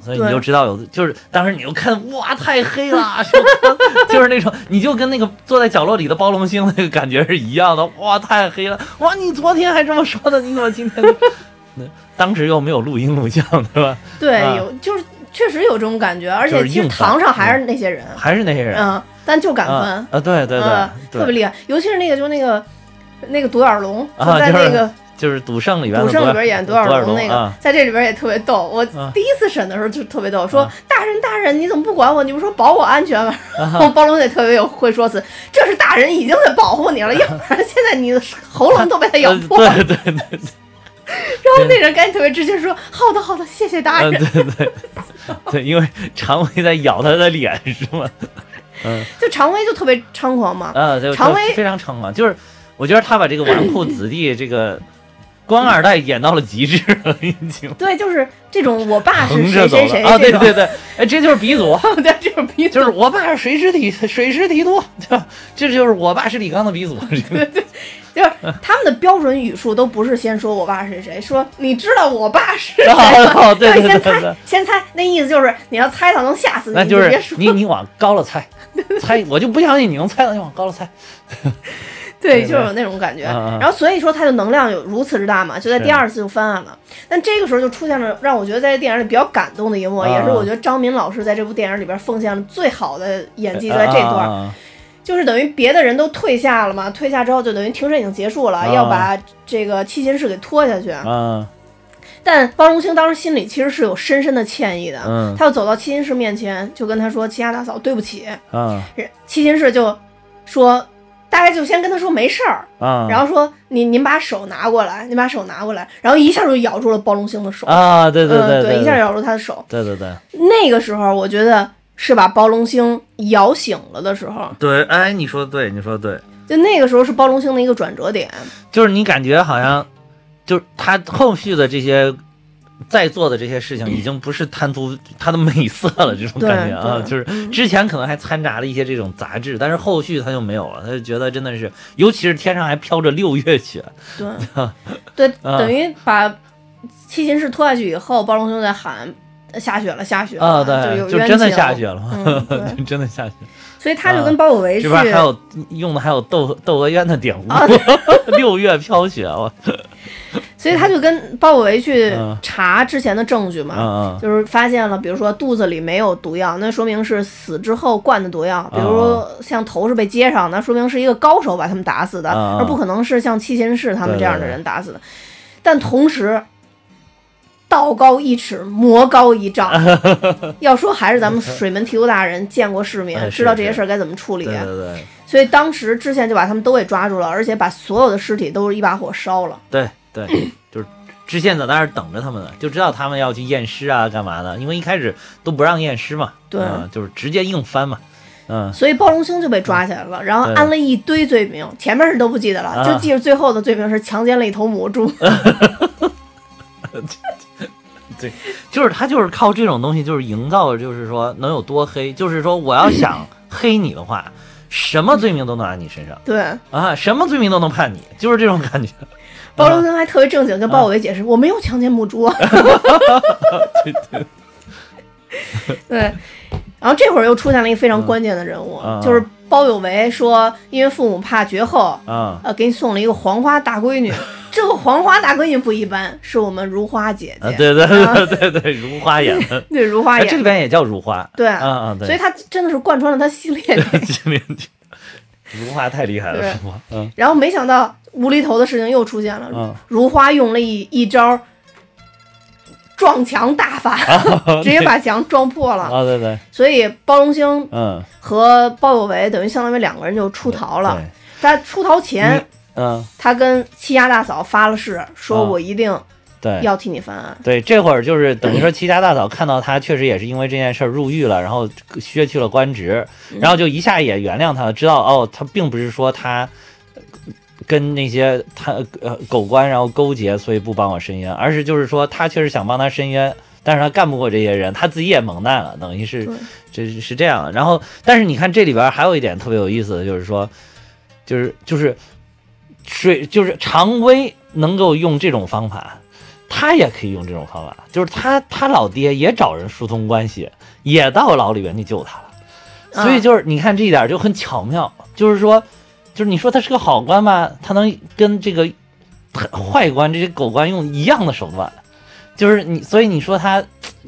B: 所以你
A: 对
B: 就知道有就是当时你就看哇太黑了，就 [laughs] 就是那种，你就跟那个坐在角落里的包龙星那个感觉是一样的。哇，太黑了！哇，你昨天还这么说的，你怎么今天就？那当时又没有录音录像，对吧？
A: 对，
B: 啊
A: 有就是确实有这种感觉，而
B: 就
A: 且
B: 是
A: 其实
B: 硬翻
A: 堂上还是那些人，
B: 还是那些人啊
A: 嗯，但就敢翻
B: 啊，，对对
A: 嗯，
B: 对
A: 特别
B: 对，
A: 厉害。尤其是那个，就那个。那个独眼龙就
B: 啊
A: 在
B: 就是
A: 那个
B: 就是赌圣里边
A: 《
B: 的
A: 赌圣》里边演
B: 独
A: 独眼龙
B: 龙
A: 那个
B: 啊，
A: 在这里边也特别逗。我
B: 啊
A: 第一次审的时候就特别逗，说
B: 啊
A: 大人大人，你怎么不管我？你不说保我安全吗？ [laughs]
B: 啊
A: 然后包龙也特别有会说辞，这是大人已经在保护你
B: [laughs]
A: 了，要不然现在你的喉咙都被他咬
B: 呃
A: 破了。
B: 对对对对
A: [laughs] 然后那人赶紧特别直接说：“好的好的，谢谢大
B: 呃
A: 人。
B: 对对对，因为常威在咬他的脸是吗？”
A: 就常威就特别猖狂嘛，
B: 啊，对，
A: 常
B: 就
A: 威
B: 非常猖狂，就是我觉得他把这个纨绔子弟这个官二代演到了极致了，已经
A: 对，就是这种我爸是
B: 横
A: 谁
B: 着走
A: 谁谁
B: 了啊！对
A: 这种，
B: 对对，哎，这就是鼻祖，
A: 对，这种 [laughs] 鼻
B: 就是我爸是水师提水师提督，对吧？这就是我爸是李刚的鼻祖。啊
A: 就是他们的标准语速都不是先说我爸是谁，说你知道我爸是谁
B: 哦
A: 吗？
B: [laughs] 哦对对对
A: 先
B: 对对
A: 猜，先猜，那意思就是你要猜到能吓死你，
B: 那
A: 你
B: 就是啊
A: 别说。
B: 你你往高了猜，猜我就不相信你能猜到，你往高了猜。
A: 对，
B: 对
A: 就是有那种感觉。
B: 嗯嗯
A: 然后所以说它的能量有如此之大嘛，就在第二次就翻案了。但这个时候就出现了让我觉得在这电影里比较感动的一幕，
B: 嗯嗯
A: 也是我觉得张敏老师在这部电影里边奉献了最好的演技，就在这段儿，
B: 啊
A: 就是等于别的人都退下了嘛，退下之后就等于庭审已经结束了，
B: 嗯
A: 要把这个七擒事给拖下去。
B: 啊
A: 但包荣兴当时心里其实是有深深的歉意的，
B: 嗯
A: 他又走到七擒事面前，就跟他说：“亲家大嫂，对不起。
B: 啊”
A: 七擒事就说，大概就先跟他说没事儿。
B: 啊！
A: 然后说您您把手拿过来，您把手拿过来，然后一下就咬住了包龙星的手，
B: 啊，对对
A: 嗯，
B: 对，
A: 一下咬住他的手。
B: 对对对
A: 那个时候我觉得是把包龙星摇醒了的时候，
B: 对，哎，你说的对，你说的对，
A: 就那个时候是包龙星的一个转折点。
B: 就是你感觉好像，就是他后续的这些。在做的这些事情已经不是贪图 [laughs] 他的美色了，这种
A: 对
B: 感觉啊，
A: 对嗯
B: 就是之前可能还掺杂了一些这种杂质，但是后续他就没有了，他就觉得真的是，尤其是天上还飘着六月雪，
A: 对，对，
B: [laughs] 啊
A: 等于把七擒事拖下去以后，包龙星在喊下雪了，下雪了，
B: 啊，
A: 有
B: [laughs] 对，就
A: 冤
B: 真的
A: 情
B: 下雪了嘛， [laughs]
A: 嗯对
B: 就真的下雪。
A: 所以他就跟包有为去
B: 这边还有用的还有窦窦娥冤的典故，
A: 啊
B: [laughs] 六月飘雪，我
A: 所以他就跟包有为去
B: 嗯
A: 查之前的证据嘛，
B: 嗯嗯
A: 啊就是发现了，比如说肚子里没有毒药，那说明是死之后灌的毒药；，比
B: 啊
A: 如像头是被接上的，那说明是一个高手把他们打死的，
B: 嗯嗯
A: 而不可能是像七擒事他们这样的
B: 对
A: 人打死的。但同时，道高一尺，魔高一
B: [laughs]
A: 丈。要说还是咱们水门提督大人见过世面，
B: 哎是
A: 知道这些
B: 是
A: 事儿该怎么处理啊
B: 对，对对
A: 所以当时知县就把他们都给抓住了，而且把所有的尸体都是一把火烧了。
B: 对 [clears throat] 对，就是知县在那儿等着他们呢，就知道他们要去验尸啊，干嘛的？因为一开始都不让验尸嘛，
A: 对
B: 嗯就是直接硬翻嘛，
A: [clears throat]
B: 嗯，
A: 所以包荣兴就被抓起来了，然后
B: 对
A: 安了一堆罪名，前面是都不记得了，
B: 嗯啊
A: 就记着最后的罪名是强奸了一头母
B: [laughs]
A: 猪。
B: 就是他就是靠这种东西，就是营造，就是说能有多黑，就是说我
A: [clears throat]
B: 要想黑你的话，什么罪名都能安你身上
A: 对，
B: 啊，什么罪名都能判你，就是这种感觉。
A: 包荣兴还特别正经跟包有为
B: 啊
A: 解释，我没有强奸母猪
B: [laughs]
A: 啊。对，然后这会儿又出现了一个非常关键的人物，
B: 嗯
A: 就是包有为说，因为父母怕绝后， [laughs]
B: 啊
A: 呃，给你送了一个黄花大闺
B: [laughs]
A: 女。这个黄花大闺女不一般，是我们如花姐姐。
B: 啊，对对对对对，如
A: [laughs]
B: 花眼的，
A: 对如花
B: 哎，
A: 姐
B: 这里边也叫如花，
A: 对
B: 啊啊，对，
A: 所以
B: [laughs]
A: 她真的是贯穿了她系列里
B: 精灵剧，如花太厉害了，
A: 对
B: 是吗？嗯
A: 然后没想到无厘头的事情又出现了，
B: 嗯
A: 如花用了一一招撞墙大法，直接把墙撞破了。
B: 啊嗯啊，对对，
A: 所以包荣兴
B: 嗯，
A: 和包有为等于相当于两个人就出逃了。
B: 对，
A: 在出逃前，
B: 嗯，
A: 他跟七丫大嫂发了誓，说
B: 啊
A: 我一定
B: 对。
A: 要替你翻案。
B: 对，这会儿就是等于说，齐家大嫂看到他确实也是因为这件事儿入狱了，然后削去了官职，然后就一下也原谅他了，知道哦，他并不是说他呃跟那些他呃狗官然后勾结，所以不帮我申冤，而是就是说他确实想帮他申冤，但是他干不过这些人，他自己也蒙难了，等于是
A: 对
B: 这是是这样的。然后，但是你看这里边还有一点特别有意思的，就是说，就是就是水就是常威能够用这种方法，他也可以用这种方法，就是他他老爹也找人疏通关系，也到牢里边去救他了。
A: 啊
B: 所以就是你看这一点就很巧妙，就是说，就是你说他是个好官吧，他能跟这个坏官这些狗官用一样的手段，就是你，所以你说他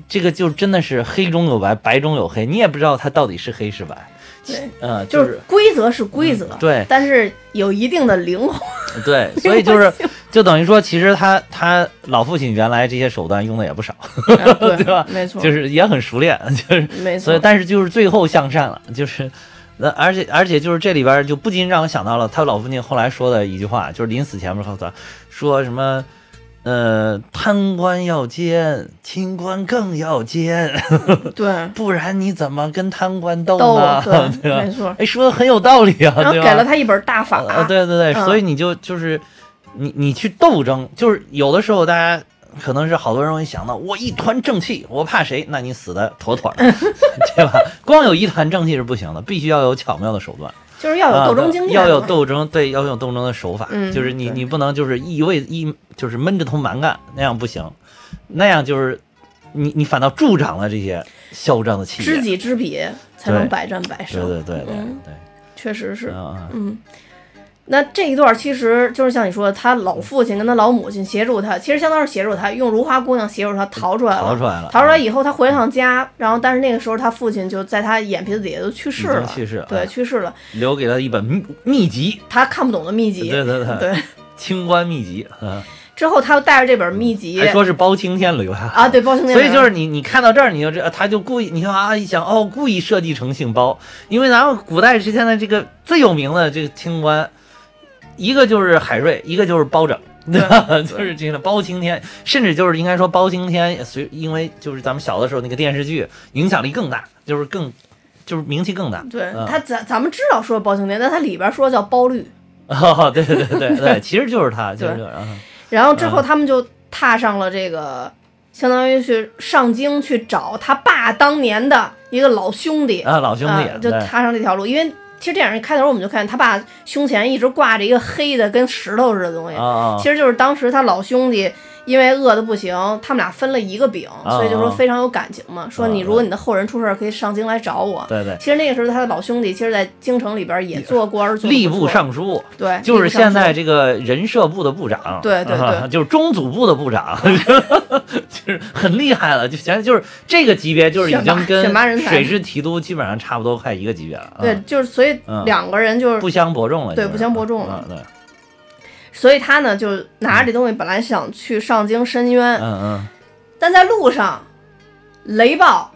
B: 这个就真的是黑中有白，白中有黑，你也不知道他到底是黑是白。
A: 对，
B: 嗯，
A: 就是是规则是规则，
B: 对
A: 但是有一定的灵活。
B: 对， [laughs] 所以就是就等于说，其实他他老父亲原来这些手段用的也不少，
A: 啊对
B: 对吧
A: 没错，
B: 就是也很熟练， [laughs] 就是
A: 没
B: 所以
A: 错。
B: 但是就是最后向善了，就是。那而且而且就是这里边儿就不禁让我想到了他老父亲后来说的一句话，就是临死前面告诉他说什么，呃，贪官要奸，清官更要奸，
A: 对，
B: 不然你怎么跟贪官斗
A: 逗
B: 呢？ [laughs] 对
A: 对，
B: 吧
A: 没？错。
B: 哎，说的很有道理啊，
A: 然后
B: 对吧？
A: 给了他一本大法，
B: 啊，对对对，
A: 嗯
B: 所以你就就是你你去斗争，就是有的时候大家可能是好多人会想到，我一团正气，我怕谁？那你死的妥妥的，
A: [laughs]
B: 对吧？光有一团正气是不行的，必须要有巧妙的手段，
A: 就是要有斗争经验、
B: 啊要有斗争，对，要有斗争的手法，
A: 嗯
B: 就是你
A: 对
B: 你不能就是一味一就是闷着头蛮干，那样不行，那样就是你你反倒助长了这些嚣张的气
A: 知
B: 焰。
A: 己知彼，才能
B: 对
A: 百战百
B: 对
A: 胜。
B: 对对对
A: 嗯
B: 对，
A: 确实是。
B: 啊，
A: 嗯，那这一段其实就是像你说的，他
B: 嗯
A: 老父亲跟他老母亲协助他，其实相当是协助他，用如花姑娘协助他逃出来了。
B: 逃出来了，嗯
A: 逃出来以后，他回了趟家，然后但是那个时候他父亲就在他眼皮子底下就去世
B: 已
A: 了，
B: 经去世了
A: 对，
B: 嗯
A: 去世了。
B: 留给了一本秘秘籍，
A: 他看不懂的秘籍，
B: 对对对，
A: 对
B: 清官秘籍，嗯，
A: 之后他又带着这本秘籍
B: 还说是包青天留下
A: 啊，，对，包青天，
B: 所以就是你你看到这儿，你就知道啊他就故意，你看啊一想哦，故意设计成姓包，因为咱们古代之前的这个最有名的这个清官，一个就是海瑞，一个就是包拯。对吧？ [laughs] 就是这个包青天，甚至就是应该说包青天，随因为就是咱们小的时候那个电视剧影响力更大，就是更就是名气更大。
A: 对、
B: 嗯
A: 他咱咱们知道说包青天，但他里边说叫包绿，
B: 哦， [laughs] 对对对
A: [laughs]
B: 对，其实就是他，就是这个啊
A: 然后之后
B: 嗯
A: 他们就踏上了这个，相当于去上京去找他爸当年的一个老兄弟，
B: 啊，老兄弟，
A: 啊、就
B: 对
A: 踏上这条路，因为。其实电影一开头我们就看见他爸胸前一直挂着一个黑的跟石头似的东西，
B: 啊
A: 其实就是当时他老兄弟因为饿的不行，他们俩分了一个饼，
B: 啊
A: 所以就说非常有感情嘛。说
B: 啊
A: 你如果你的后人出事儿，可以上京来找我。
B: 对对，
A: 其实那个时候他的老兄弟，其实在京城里边也做官儿，做得
B: 吏
A: 不
B: 部
A: 错
B: 尚书，
A: 对，
B: 就是现在
A: 吏部尚书
B: 这个人社部的部长，
A: 对对对
B: 啊就是中组部的部长， [laughs] 就是很厉害了，就显然就是这个级别，就是已
A: 选拔
B: 经跟
A: 选拔人才
B: 水师提督基本上差不多，快一个级别了，
A: 对
B: 啊，
A: 就是所以
B: 嗯
A: 两个人就是
B: 不相伯仲了，
A: 对
B: 就是
A: 不相伯仲了
B: 啊对，
A: 所以他呢就拿着这东西，本来想去上京申冤，
B: 嗯
A: 但在路上，雷暴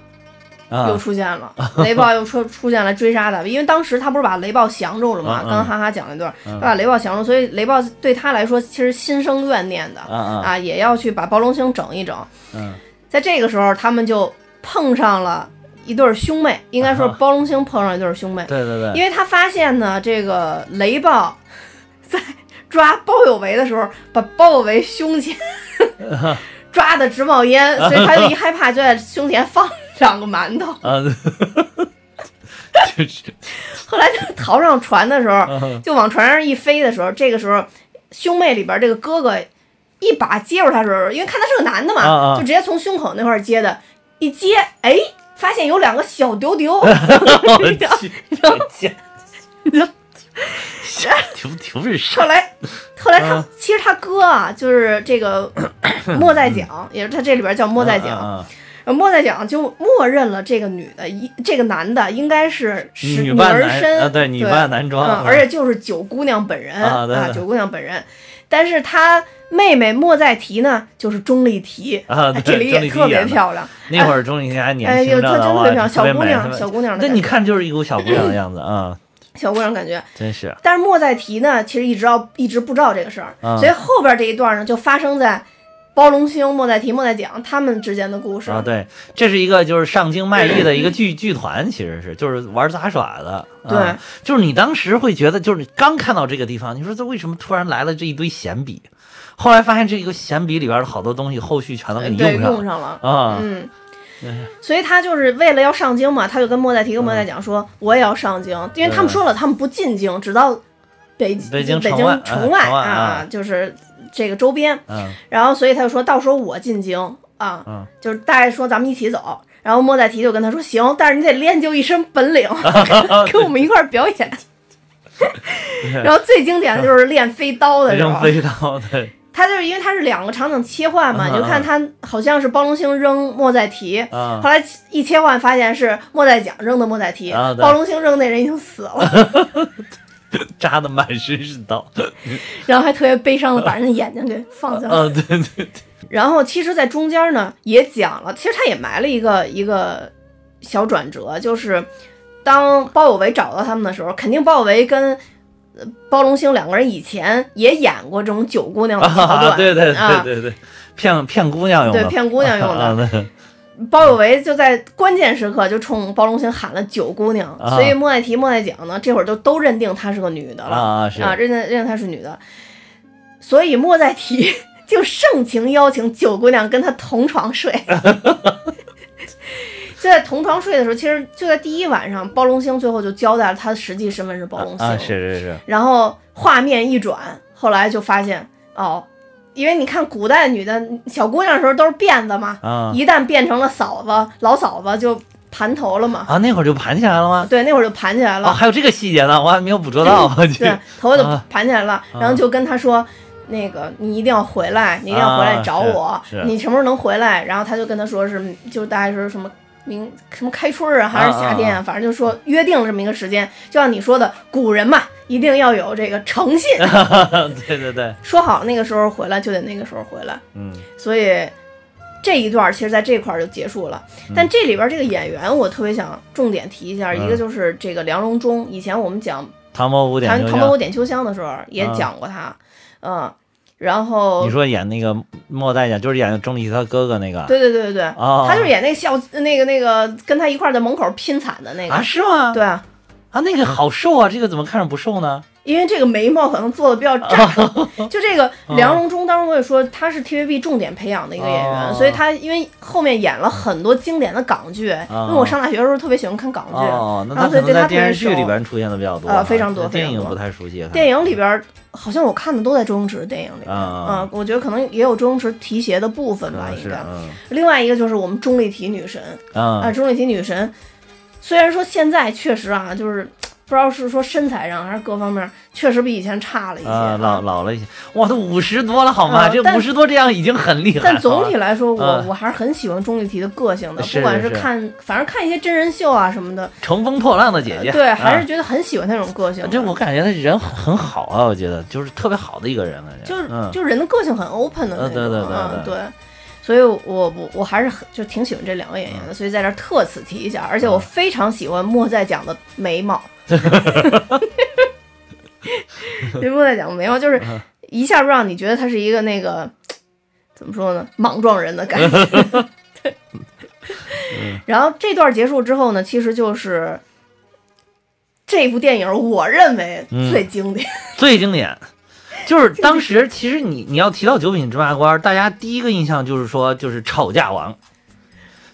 B: 嗯啊
A: 又，出现了，雷暴又出出现来追杀他，因为当时他不是把雷暴降住了吗？
B: 嗯嗯
A: 刚刚哈哈讲那段，
B: 嗯
A: 他把雷暴降住，所以雷暴对他来说其实心生怨念的
B: 啊啊
A: 啊，也要去把暴龙星整一整。
B: 嗯
A: 在这个时候，他们就碰上了一对儿兄妹，应该说
B: 啊哈
A: 暴龙星碰上一对儿兄妹，
B: 对对对，
A: 因为他发现呢，这个雷暴 [laughs] 在抓包有为的时候，把包有为胸前抓的直冒烟，所以他就一害怕，就在胸前放两个馒头。 [laughs]
B: 啊， [laughs] 就是
A: 后来就逃上船的时候，
B: 啊
A: 就往船上一飞的时候，这个时候兄妹里边这个哥哥一把接住他的时候，因为看他是个男的嘛，
B: 啊啊
A: 就直接从胸口那块儿接的，一接，哎，发现有两个小丢丢，
B: 我去，挺挺是啥
A: 后？
B: [laughs]
A: 来，后来他
B: 嗯
A: 其实他哥啊，就是这
B: [coughs]
A: 个莫在讲，也是他这里边叫莫在
B: 啊
A: 讲，
B: 啊啊
A: 呃莫在讲就默认了这个女的，一这个男的应该是是
B: 女扮
A: 儿
B: 男
A: 身
B: 啊，对，女扮男装，
A: 嗯，
B: 啊
A: 而且就是九姑娘本人
B: 啊对对
A: 九姑娘本人，但是她妹妹莫在提呢，就是钟丽缇
B: 啊
A: 哎
B: 对
A: 这里
B: 钟
A: 也
B: 丽缇
A: 特别
B: 演的
A: 漂亮，
B: 那会儿钟丽缇还年
A: 哎
B: 轻
A: 呦，
B: 着
A: 她
B: 呢，
A: 真
B: 哇
A: 特别漂亮，
B: 特
A: 小
B: 别
A: 姑
B: 美
A: 娘，
B: 特
A: 小
B: 别
A: 姑娘的
B: 那
A: 感
B: 你
A: 觉
B: 看就是一股小姑娘的样子啊，
A: 小姑娘感觉，
B: 真是啊
A: 但是莫在提呢，其实一直要一直不知道这个事儿，
B: 啊
A: 所以后边这一段呢，就发生在包龙星、莫在提、莫在讲他们之间的故事。
B: 啊对，这是一个就是上京卖艺的一个
A: [clears throat]
B: 剧剧团，其实是就是玩杂耍的，啊，就是你当时会觉得就是你刚看到这个地方，你说这为什么突然来了这一堆闲笔，后来发现这个闲笔里边的好多东西后续全都给你
A: 对，
B: 用上
A: 用
B: 了
A: 上了。
B: 啊，
A: 嗯，所以他就是为了要上京嘛，他就跟莫在提跟莫在讲
B: 嗯
A: 说，我也要上京，因为他们说了，他们不进京，直到北
B: 北京
A: 北
B: 城外
A: 京城外
B: 啊城外
A: 啊
B: 啊，
A: 就是这个周边。
B: 嗯
A: 然后，所以他就说到时候我进京啊，
B: 嗯
A: 就是大概说咱们一起走。然后莫在提就跟他说：“行，但是你得练就一身本
B: [laughs]
A: 领，跟我们一块儿表演。” [laughs] 然后最经典的就是练飞刀的时
B: [laughs]
A: 候
B: 扔，飞刀，对
A: 他就是因为他是两个场景切换嘛，
B: [laughs] 嗯嗯
A: 你就看他好像是包龙星扔莫在提，
B: 啊
A: 后来一切换发现是莫在讲扔的莫在提，
B: 啊对
A: 包龙星扔那人已经死
B: [laughs]
A: 了，
B: 扎的满身是刀，
A: 然后还特别悲伤的把人的眼睛给放下了。
B: 啊对对
A: [laughs]
B: 对，
A: 然后其实，在中间呢也讲了，其实他也埋了一个一个小转折，就是当包有为找到他们的时候，肯定包有为跟呃包龙星两个人以前也演过这种九姑娘的桥段，
B: 啊对对
A: 啊
B: 对对对，骗骗姑娘用
A: 对
B: 的，
A: 骗姑娘用的。
B: 啊对
A: [laughs] 包有为就在关键时刻就冲包龙星喊了九姑娘，
B: 啊
A: 所以莫奈提、莫奈讲呢，这会儿就都认定她是个女的了
B: 啊啊是
A: 认认认定她是女的。所以莫再提，就盛情邀请九姑娘跟他同床睡。 [laughs] 就在同床睡的时候，其实就在第一晚上，包龙星最后就交代了他的实际身份是包龙星。
B: 啊，是是是，
A: 然后画面一转，后来就发现哦，因为你看古代女的小姑娘的时候都是辫子嘛，
B: 啊
A: 一旦变成了嫂子、老嫂子就盘头了嘛。
B: 啊，那会儿就盘起来了吗？
A: 对，那会儿就盘起来了，
B: 哦，还有这个细节呢，我还没有捕捉
A: 嗯
B: 到。 [laughs] 这
A: 对，头发就
B: 啊
A: 盘起来了，然后就跟他说。那个，你一定要回来，你一定要回来
B: 啊
A: 找
B: 是
A: 我。
B: 是
A: 你什么时候能回来？然后他就跟他说是，就是大概是什么明什么开春啊，还是夏天
B: 啊
A: 反正就说约定了这么一个时间。就像你说的，古人嘛，一定要有这个诚
B: [laughs]
A: 信，
B: 对对对，
A: 说好那个时候回来就得那个时候回来。
B: 嗯，
A: 所以这一段其实在这块儿就结束了。但这里边这个演员，我特别想重点提一下，
B: 嗯
A: 一个就是这个梁荣忠，以前我们讲
B: 唐伯虎点
A: 唐
B: 秋
A: 唐伯虎
B: 香，
A: 点秋香的时候也讲过他，嗯，然后
B: 你说演那个莫代演，就是演钟离他哥哥那个
A: 对对对对对，
B: 哦
A: 他就是演那个校那个那个跟他一块儿在门口拼惨的那个，
B: 啊，是吗？
A: 对啊，
B: 啊，那个好瘦啊，这个怎么看着不瘦呢？
A: 因为这个眉毛可能做的比较
B: [laughs]
A: 炸，就这个
B: 嗯
A: 梁荣忠，当时我也说他是 TVB 重点培养的一个演员，
B: 哦
A: 所以他因为后面演了很多经典的港剧，因为我上大学的时候特别喜欢看港剧，
B: 哦，那
A: 然后
B: 他可
A: 啊对
B: 能
A: 对
B: 在
A: 他特
B: 电
A: 别
B: 视剧
A: 熟
B: 里。边出现的比较多
A: 呃
B: 哈
A: 非常多非
B: 电
A: 常
B: 影
A: 多
B: 不太熟悉。
A: 电影里边儿好像我看的都在周星驰电影里边，
B: 啊
A: 嗯，我觉得可能也有周星驰提携的部分
B: 可
A: 吧，
B: 能
A: 应
B: 是
A: 该。
B: 嗯
A: 另外一个就是我们钟丽缇女神啊，
B: 嗯
A: 钟丽缇女神，虽然说现在确实啊，就是嘖不知道是说身材上还是各方面，确实比以前差了一些
B: 啊，老
A: 啊。
B: 老了一些，哇，都五十多了好吗？
A: 啊
B: 这
A: 但
B: 五十多这样已经很厉害了。
A: 但总体来说，我
B: 啊
A: 我还是很喜欢钟丽缇的个性的，
B: 是
A: 不管
B: 是是
A: 看，反正看一些真人秀啊什么的，
B: 乘风破浪的姐姐，
A: 对，
B: 啊
A: 还是觉得很喜欢那种个性的。
B: 这我感觉他人很好啊，我觉得就是特别好的一个人，感觉
A: 就是
B: 嗯
A: 就是人的个性很 open 的那
B: 呃对对
A: 种，
B: 对
A: 嗯，
B: 对
A: 对。所以我，我我还是很就挺喜欢这两个演
B: 嗯
A: 员的，所以在这儿特此提一下。而且我非常喜欢莫在讲的眉
B: [laughs]
A: 毛，因为莫在讲的眉毛就是
B: 嗯
A: 一下就让你觉得他是一个那个怎么说呢，莽撞人的感觉。 [laughs] 对。
B: 嗯
A: 然后这段结束之后呢，其实就是这部电影我认为
B: 嗯
A: 最经典。
B: 最经典。就是当时，其实你你要提到九品芝麻官，大家第一个印象就是说就是吵架王，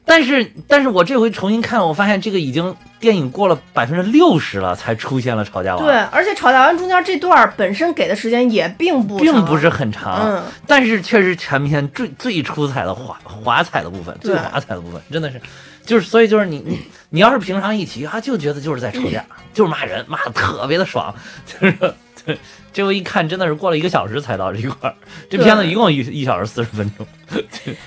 B: 但是但是我这回重新看，我发现这个已经电影过了百分之六十了才出现了吵架王，
A: 对，而且吵架完中间这段儿本身给的时间也并不
B: 并
A: 长
B: 不是很长，
A: 嗯，
B: 但是却是全片最最出彩的华华彩的部分，
A: 对
B: 最华彩的部分，真的是，就是所以就是你你你要是平常一提啊，就觉得就是在吵
A: [laughs]
B: 架，就是骂人，骂的特别的爽， [laughs] 就是对。这回一看，真的是过了一个小时才到这一块儿。这
A: 对
B: 片子一共一一小时四十分钟，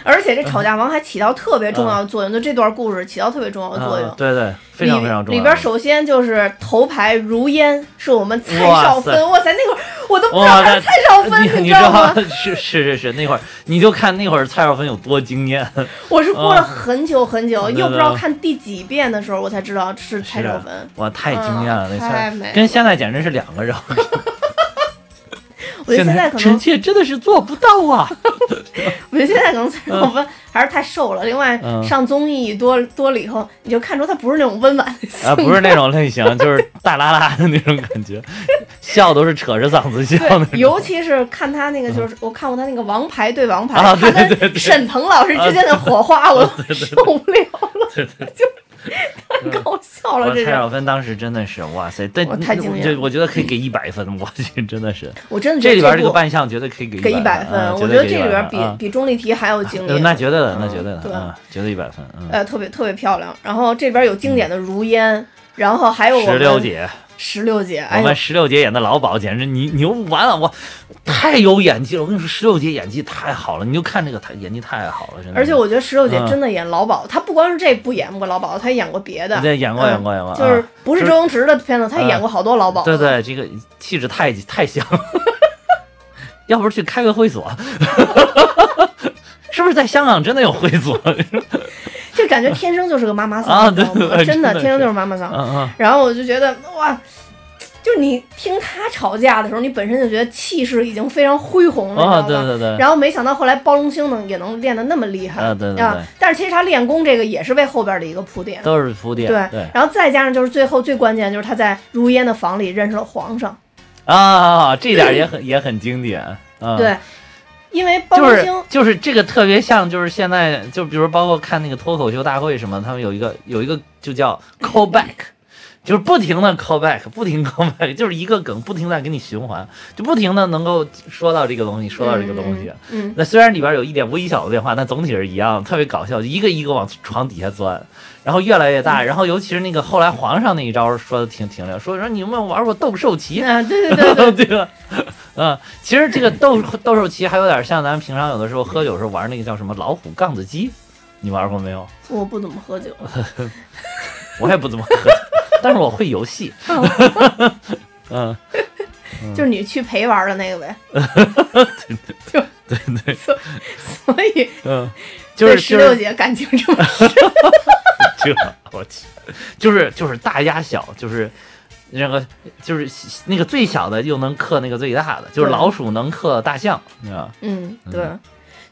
A: 而且这吵架王还起到特别重要的作用，就这段故事起到特别重要的作用。
B: 嗯对对，非常
A: 哦啊里
B: 非常重要。
A: 里边首先就是头牌如烟，是我们蔡
B: 哇
A: 少
B: 塞
A: 芬。哇塞，那会儿我都不知道
B: 哇，
A: 他
B: 那
A: 是蔡少
B: 你 [laughs]
A: 芬，
B: 你
A: 知道吗？？
B: 是是是是，那会儿你就看那会儿蔡少芬有多惊艳。
A: 我是过了很久很久，
B: 对嗯对
A: 又不知道看第几遍的时候，我才知道是 [laughs] 蔡
B: 是啊
A: 少芬。
B: 哇，太惊艳了，
A: 嗯
B: 那
A: 太
B: 蔡
A: 美
B: 跟
A: 了
B: 现在简直是两个
A: [laughs]
B: 人。
A: 我觉得现在可能，
B: 妾真的是做不到啊！
A: 我觉得现在可能蔡少芬还是太瘦了。另外，
B: 嗯
A: 上综艺多多了以后，你就看出她不是那种温
B: [laughs]
A: 婉的性格。
B: 啊，不是那种类型， [laughs] 就是大拉拉的那种感觉，笑都是扯着嗓子笑那
A: 对，
B: 种。
A: 尤其是看他那个，就是我看过他那个《王牌对王牌》
B: 啊对
A: 他
B: 对对啊
A: 跟沈腾老师之间的火花，我都受不了了，
B: 对
A: [laughs]
B: 对
A: 太搞笑了。
B: 我
A: 这
B: 蔡
A: 是，
B: 少芬当时真的是，哇塞！但
A: 我太惊艳了
B: 就我觉得可以给一百分，我去，真的是
A: 我真的觉得
B: 这里边这
A: 部
B: 个扮相绝对可以给
A: 给
B: 一
A: 百
B: 分，嗯
A: 分，我
B: 绝
A: 觉得
B: 对给
A: 这里边比
B: 100分
A: 比钟丽缇还要经
B: 嗯
A: 典。
B: 那绝对的，
A: 嗯
B: 那绝对的，
A: 对
B: 嗯，绝对一百分，嗯，
A: 呃，特别特别漂亮。然后这边有经典的如烟，然后还有我
B: 十
A: 们
B: 六，姐，
A: 石榴姐，
B: 我
A: 哎
B: 们
A: 呦，
B: 十六姐演的老鸨简直你牛完了，我太有演技了，我跟你说，十六姐演技太好了，你就看这个，她演技太好了，真的。
A: 而且我觉得石榴姐
B: 嗯
A: 真的演老鸨，她不光是这部演过老鸨，她演过别的，
B: 对演过
A: 嗯
B: 演过演过
A: 就是
B: 嗯
A: 不是
B: 就
A: 周
B: 是
A: 星驰的片子，她
B: 嗯
A: 演过好多老鸨。
B: 对对，这个气质太太像了， [laughs] 要不是去开个会所， [laughs] 是不是在香港真的有会所？ [laughs]
A: 就感觉天生就是个妈妈
B: 啊
A: 桑，你知道
B: 对
A: 吗
B: 对
A: 真的
B: 真的
A: 天生
B: 是
A: 就是妈妈桑。
B: 嗯嗯，
A: 然后我就觉得哇，就是你听他吵架的时候，你本身就觉得气势已经非常恢宏了，
B: 哦，
A: 你知
B: 对
A: 道吗？
B: 对对，
A: 然后没想到后来包龙星呢也能练得那么厉害
B: 啊对对对
A: 但是其实他练功这个也是为后边的一个铺垫，
B: 都是铺垫，对
A: 然后再加上就是最后最关键就是他在如烟的房里认识了皇上， [clears throat]
B: 啊，这点也很也很经典。嗯，
A: 对，因为包
B: 就
A: 青
B: 是
A: 星
B: 就是这个特别像，就是现在就比如包括看那个脱口秀大会什么，他们有一个有一个就叫 call back，就是不停的 call back，不停 call back，就是一个梗不停地在给你循环，就不停的能够说到这个东西，说到这个东西。啊
A: 嗯，
B: 那虽然里边有一点微小的变化，但总体是一样，特别搞笑，一个一个往床底下钻，然后越来越大，然后尤其是那个后来皇上那一招说的挺挺亮，说说你有没有玩过斗兽棋？ [laughs]
A: 啊，对对对对
B: 对吧？嗯，其实这个斗斗兽棋还有点像咱们平常有的时候喝酒时候玩那个叫什么老虎杠子鸡，你玩过没有？
A: 我不怎么喝酒，
B: 我也不怎么喝酒， [laughs] 但是我会游戏。 [laughs] 嗯，
A: 就是你去陪玩的那个呗。就
B: 对对，
A: 所所以
B: 嗯，就
A: 对
B: 是
A: 十
B: 就
A: 六
B: 是
A: 姐感情这么
B: [laughs] 这，我去，就是就是大压小，就是。那个就是那个最小的又能克那个最大的，就是
A: 对
B: 老鼠能克大象，你知道吧？
A: 嗯对，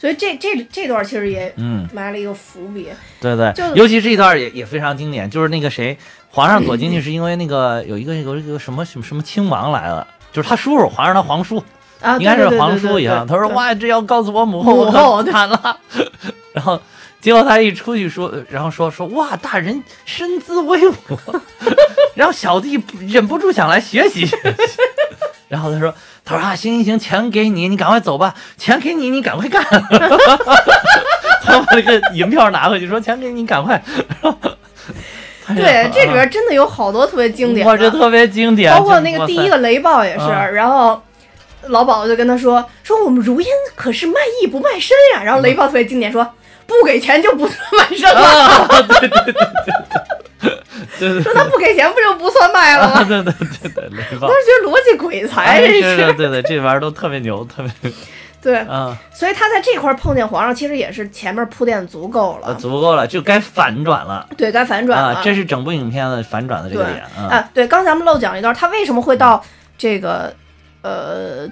A: 所以这这这段其实也
B: 嗯，
A: 埋了一个伏笔。
B: 对对
A: 就，
B: 尤其这一段也也非常经典，就是那个谁，皇上躲进去是因为那个有一个有一个什么什么什么亲王来了，就是他叔叔，皇上的皇叔，
A: 啊，
B: 应该
A: 对
B: 是皇叔一样。他说，哇，这要告诉我母后，
A: 母
B: 我
A: 后
B: 可惨了。然后结果他一出去说，然后说说哇，大人身姿威武，然后小弟忍不住想来学习学习。然后他说，他说啊，行行行，钱给你，你赶快走吧，钱给你，你赶快干。他把那个银票拿回去，说钱给你，赶快。然后
A: 对对对，这里边真的有好多特别经典
B: 哇，这
A: 的，
B: 特别经典，
A: 包括
B: 就
A: 那个
B: 哇
A: 第
B: 塞
A: 一个雷暴也是，
B: 啊
A: 然后。老鸨就跟他说：“说我们如烟可是卖艺不卖身呀、然后雷暴特别经典说：“不给钱就不算卖身了，
B: 啊，对对对对对对对。
A: 说他不给钱不就不算卖了吗？”
B: 啊，对对对对，雷 [laughs] 暴
A: 我，是觉得逻辑鬼才，真
B: 哎是
A: 哎是
B: 的，对对，这玩意儿都特别牛，特别
A: [laughs] 对，
B: 啊，
A: 所以他在这块儿碰见皇上，其实也是前面铺垫足够了，
B: 呃足够了，就该反转了
A: 对该反转了。
B: 啊！这是整部影片的反转的这
A: 对
B: 个点啊，
A: 啊，对，刚才咱们漏讲了一段，他为什么会到这个呃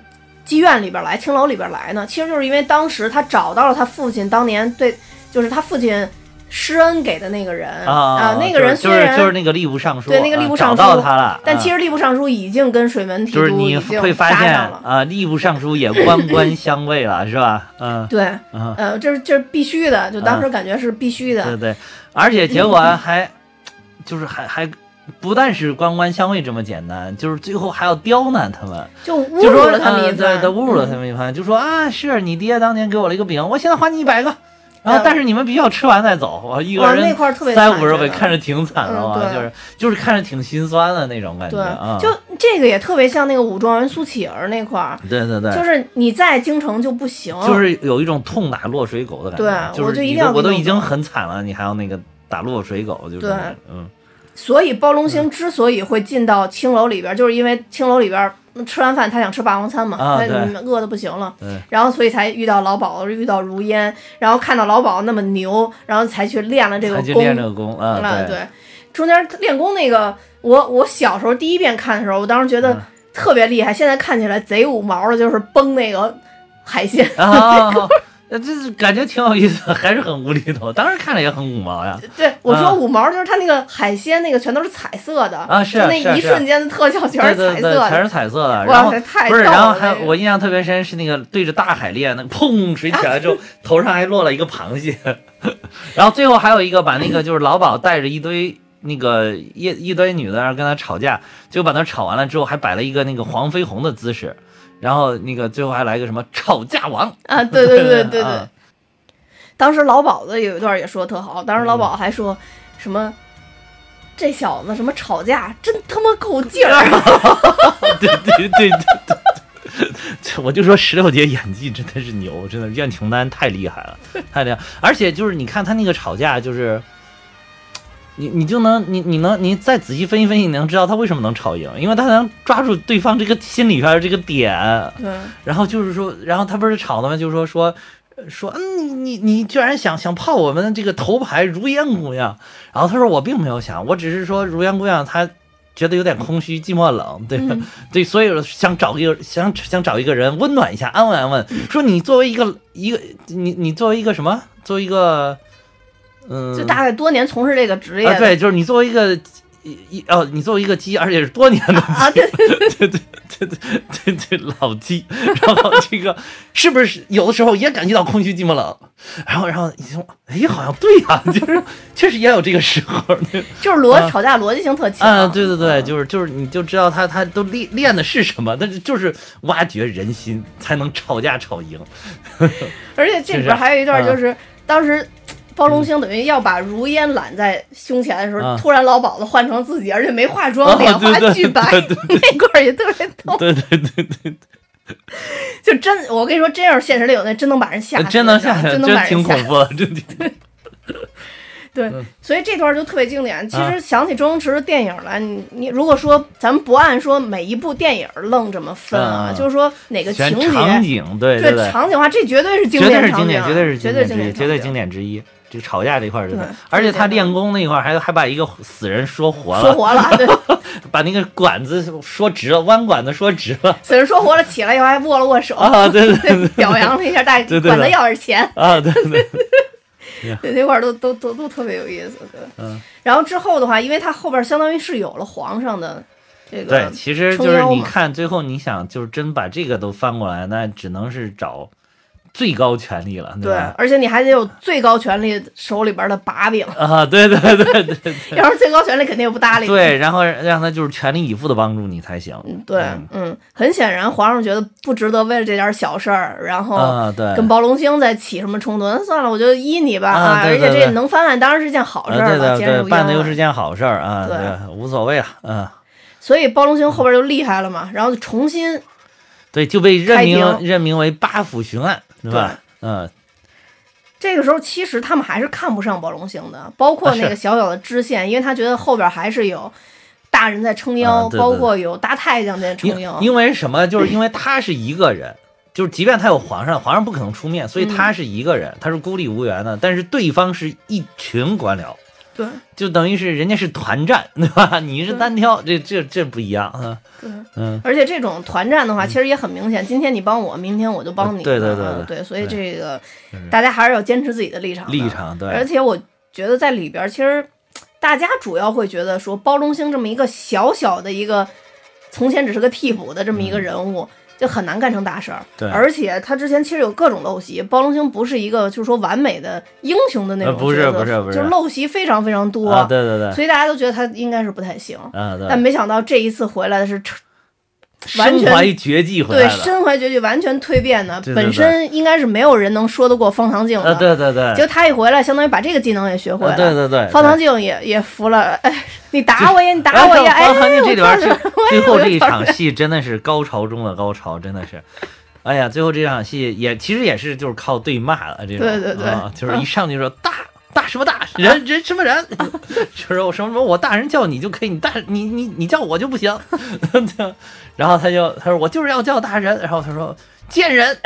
A: 妓院里边来、青楼里边来呢？其实就是因为当时他找到了他父亲当年对，就是他父亲施恩给的那个人
B: 啊
A: 那个人
B: 就
A: 虽
B: 是
A: 然、
B: 就是那个吏部尚书，
A: 对那个吏部
B: 啊
A: 尚书
B: 找到他了，
A: 但其
B: 啊
A: 实吏部尚书已经跟水门提
B: 就是
A: 督
B: 你
A: 已经
B: 会发
A: 搭
B: 现
A: 上了。
B: 啊，吏部尚书也
A: [laughs]
B: 官官相卫了，是吧？嗯
A: 对，
B: 嗯，
A: 呃，这是这是必须的，就当时感觉是必须的。
B: 对对，而且结果啊还就是还还不但是官官相卫这么简单，就是最后还要刁难他们。
A: 就侮
B: 就
A: 辱
B: 说
A: 了他们一
B: 呃对
A: 番，
B: 对，侮辱了他
A: 嗯。
B: 们一番，就说啊，是你爹当年给我了一个饼，我现在花你一百个，然
A: 嗯
B: 后但是你们必须要吃完再走，我一
A: 哇
B: 个
A: 那
B: 人
A: 块儿特别
B: 三
A: 惨
B: 五十
A: 真
B: 回，
A: 的
B: 看着挺惨的
A: 嗯
B: 嘛，
A: 对
B: 就是就是看着挺心酸的那种感觉啊，
A: 对，就这个也特别像那个武状元苏乞儿那块儿，
B: 对对对，
A: 就是你在京城就不行，
B: 就是有一种痛打落水狗的感觉，
A: 对
B: 就
A: 我
B: 是
A: 就一
B: 你
A: 定
B: 都
A: 要
B: 我都
A: 给
B: 已
A: 弄
B: 经
A: 走
B: 很惨了，你还要那个打落水狗，就是
A: 对
B: 那种嗯，
A: 所以包龙星之所以会进到青楼里边儿，就是因为青楼里边儿嗯吃完饭他想吃霸王餐嘛，
B: 啊
A: 他
B: 对
A: 嗯饿的不行了
B: 对，
A: 然后所以才遇到老鸨，遇到如烟，然后看到老鸨那么牛，然后才去练了这个
B: 才去
A: 功
B: 练这个功啊，
A: 啊，，中间练功那个，我我小时候第一遍看的时候，我当时觉得
B: 嗯
A: 特别厉害，现在看起来贼五毛的，就是崩那个海鲜。 [laughs]
B: 啊， [laughs] 呃这是感觉挺有意思的，还是很无厘头，当时看着也很五毛呀，
A: 对，我说
B: 啊
A: 五毛就是它那个海鲜那个全都是彩色的
B: 啊是
A: 就
B: 啊
A: 那
B: 是啊
A: 一
B: 是啊
A: 瞬间的特效全
B: 对
A: 是
B: 对
A: 彩色
B: 对，全
A: 的。
B: 是彩色的。然
A: 哇
B: 后
A: 塞，太
B: 不是，
A: 逗
B: 然后
A: 了
B: 还
A: 那个
B: 我印象特别深是那个对着大海练，那个砰水起来
A: [laughs]
B: 之后，头上还落了一个螃蟹。然后最后还有一个把那个就是老鸨带着一堆那个一一堆女的，然后跟他吵架，最后把他吵完了之后，还摆了一个那个黄飞鸿的姿势。然后那个最后还来个什么吵架王， [laughs]
A: 啊，对对对对对。
B: 啊
A: 当时老鸨子有一段也说得特好，当时老鸨还说什么。这小子什么吵架真他妈够劲儿，啊
B: 对对对对对对，我就说石榴姐演技真的是牛，真的苑琼丹太厉害了，太厉害。而且就是你看她那个吵架，就是你你就能你你能你再仔细分析分析，你能知道她为什么能吵赢，因为她能抓住对方这个心里边这个 [laughs] 点。
A: 对
B: 然后就是说，然后她不是吵的吗？就是说说。说，嗯，你你你居然想想泡我们的这个头牌如烟姑娘，然后她说我并没有想，我只是说如烟姑娘她觉得有点空虚、寂寞、冷，对吧？
A: 嗯
B: 对，所以想找一个想想找一个人温暖一下，安慰安慰。
A: 嗯
B: 说你作为一个一个你你作为一个什么？作为一个嗯，
A: 就大概多年从事这个职业
B: 啊，
A: 的，
B: 对，就是你作为一个一一哦，你作为一个鸡，而且是多年的鸡，
A: 啊，对，
B: 对对对对对对，老鸡。然后这个是不是有的时候也感觉到空虚寂寞冷？然后然后你说，哎，好像对呀、就是 [laughs] 确实也有这个时候。对
A: 就是逻吵架逻辑性特强。
B: [laughs] 啊，对对对，就是就是，你就知道他他都练练的是什么，但是就是挖掘人心才能吵架吵赢。
A: 而且这里边还有一段，
B: 啊
A: 就是当
B: 嗯
A: 时包龙星等于要把如烟揽在胸前的时候，
B: 嗯
A: 突然老鸨子换成自己，而且没化
B: 啊
A: 妆，脸
B: 对对
A: 花巨白，
B: 对对
A: 那块儿也特别逗。
B: 对对对对，
A: 就真，我跟你说，真要是现实里有那，真能把人吓死，
B: 呃真能吓
A: 真
B: 人，
A: 能把人
B: 真挺
A: 吓
B: 恐。怖的，真挺。
A: 对，所以这段就特别经典。其
B: 啊
A: 实想起周星驰的电影来，你你如果说咱们不按说每一部电影愣这么分啊，
B: 嗯
A: 就是说哪个情
B: 全
A: 节，
B: 场景，对
A: 对
B: 对，
A: 场景化，这绝对是经
B: 绝对
A: 典
B: 是
A: 场
B: 经
A: 景
B: 典，
A: 啊，
B: 绝对是经典之
A: 经
B: 一，
A: 典，
B: 绝对经
A: 典。
B: 典之一。这个吵架这块儿真
A: 对
B: 的，而且他
A: 这个
B: 练功那块儿还还把一个死人说活
A: 说
B: 了， [laughs]
A: 活了，对，
B: 把那个管子说直了，弯管子说直了
A: 死人说活了，起来以后还握了握手，
B: 啊！对对对
A: 对， [laughs] 表扬了一下大家，
B: 对对对
A: 管他要点钱， [laughs]
B: 啊！对对，
A: 对，那块儿都都都都特别有意思，对。
B: 嗯
A: 然后之后的话，因为他后边相当于是有了皇上的这个
B: 对，其实就
A: 撑
B: 是
A: 腰
B: 你
A: 嘛
B: 看最后，你想就是真把这个都翻过来，那只能是找最高权力了，
A: 对
B: 吧？
A: 而且你还得有最高权力手里边的把
B: [laughs]
A: 柄，
B: 啊，对对
A: [laughs]
B: 对对对
A: 要是最高权力肯定也不搭理你。
B: 对，然后让他就是全力以赴的帮助你才行
A: 嗯，对
B: 嗯，
A: 嗯，很显然皇上觉得不值得为了这点小事儿，然后
B: 啊！对，
A: 跟包龙星再起什么冲突，那算了，我就依你吧
B: 啊对
A: 而且
B: 对
A: 这
B: 对
A: 能翻案当然是件好事
B: 啊，
A: 儿
B: 对
A: 了，
B: 的
A: 既然有
B: 对，
A: 冤
B: 办的又
A: 案
B: 是件好事儿啊，
A: 对
B: 对，无所谓了，嗯。
A: 所以包龙星后边就厉害了嘛，然后就重新
B: 对，就被
A: 开
B: 任
A: 庭
B: 命任命为八府巡按，对吧？嗯，
A: 这个时候，其实他们还是看不上包龙星的，包括
B: 啊是
A: 那个小小的知县，因为他觉得后边还是有大人在撑腰，
B: 啊对对
A: 包括有大太监在撑
B: 因
A: 腰。
B: 因为什么？就是因为他是一个人， [coughs] 就是即便他有皇上，皇上不可能出面，所以他是一个
A: 嗯
B: 人，他是孤立无援的。但是对方是一群官僚，
A: 对
B: 就等于是人家是团战， [coughs] 对吧？你是
A: 对
B: 单挑，这这这不一样啊。
A: 对，
B: 嗯，
A: 而且这种团战的话，其实也很明显，今天你帮我，明天我就帮你。
B: 对对对
A: 啊
B: 对
A: 对，所以这个
B: 嗯
A: 大家还是要坚持自己的立场的。
B: 立场
A: 而
B: 对，
A: 且我觉得在里边儿，其实大家主要会觉得说，包龙星这么一个小小的一个，从前只是个替补的这么一个人物，就很难干成大事儿。
B: 嗯对
A: 而且他之前其实有各种陋习，包龙星不是一个就是说完美的英雄的那种
B: 呃不是
A: 角色
B: 不是不是
A: 就陋习非常非常多，
B: 啊，对对对，
A: 所以大家都觉得他应该是不太行。
B: 啊
A: 但
B: 对，
A: 没想到这一次回来的是彻完
B: 身
A: 全
B: 怀绝技回
A: 对
B: 来了，
A: 身怀绝技，完全蜕变的，
B: 对对
A: 本
B: 对
A: 身应该是没有人能说得过方唐镜的。
B: 啊，对对对，
A: 结果他一回来，相当于把这个技能也学会了。
B: 啊对对对，
A: 方唐镜也也服了，哎，你打我呀，你打
B: 然后
A: 我呀，哎，
B: 方唐镜
A: 我
B: 这里边
A: 操
B: 是最后这一场戏真的是高潮中的高潮，真的是，哎呀，最后这场戏也其实也是就是靠对骂了，这种
A: 对对对
B: 啊就是一上去
A: [laughs]
B: 说大。大什么大人人什么人，就是我什么什么我大人叫你就可以，你大你你你叫我就不行。 [laughs] 然后他就他说我就是要叫大人，然后他说贱人，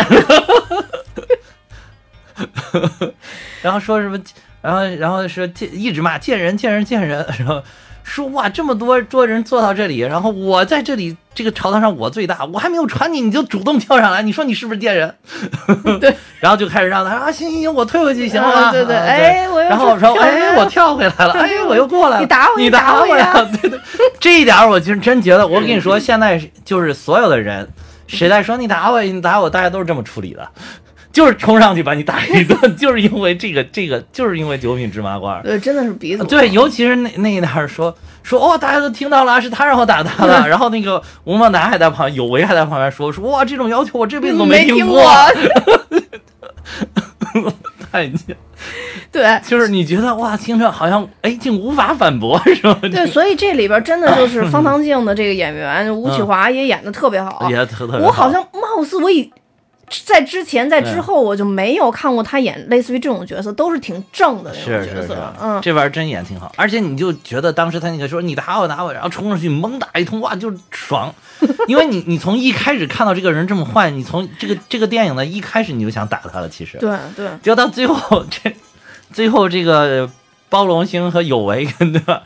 B: 然后说什么，然后然后说贱一直骂贱人贱人贱人， [laughs] 然后说哇这么多多人坐到这里，然后我在这里这个朝堂上我最大，我还没有传你，你就主动跳上来，你说你是不是贱人？
A: [laughs] 对，
B: [laughs] 然后就开始让他啊行行行，我退回去行了吧？
A: 啊对对
B: 啊
A: 哎我又
B: 然后我说
A: 跳回来
B: 哎
A: 了
B: 我跳回
A: [laughs]
B: 来了，哎我又过来了，
A: 你打我
B: 你
A: 你打
B: 打
A: 我
B: 我
A: 呀
B: 呀， [laughs] 对对，这一点儿我就真觉得，我跟
A: [laughs]
B: 你说，现在是就是所有的人，谁在说你打我你打我，大家都是这么处理的。就是冲上去把你打一顿， [laughs] 就是因为这个，这个就是因为九品芝麻官儿，
A: 对，真的是鼻祖。
B: 啊对，尤其是那那一点儿说说哦，大家都听到了，是他让我
A: [laughs]
B: 打他的。啊然后那个吴孟达还在旁，有为还在旁边说说哇，这种要求我这辈子都
A: 嗯没
B: 听
A: 过，
B: 太
A: [laughs]
B: [laughs]
A: 对
B: 哎就是你觉得哇，听着好像哎，竟无法反驳是吧？
A: 对，所以这里边真的
B: [laughs]
A: 就是方唐镜的这个演员吴启华也演的特别好。
B: 也嗯特特别嗯
A: 我好像貌似我以在之前在之后我就没有看过他演类似于这种角色，都是挺正的那
B: 是
A: 种
B: 是
A: 角
B: 是
A: 色，，嗯。
B: 这玩意儿真演挺好，而且你就觉得当时他那个说你打我打我，然后冲上去猛打一通，哇，就是爽，因为你你从一开始看到这个人这么坏，你从这个这个电影的一开始你就想打他了，其实，
A: 对对，
B: 就到最后这最后这个包龙星和有为对吧？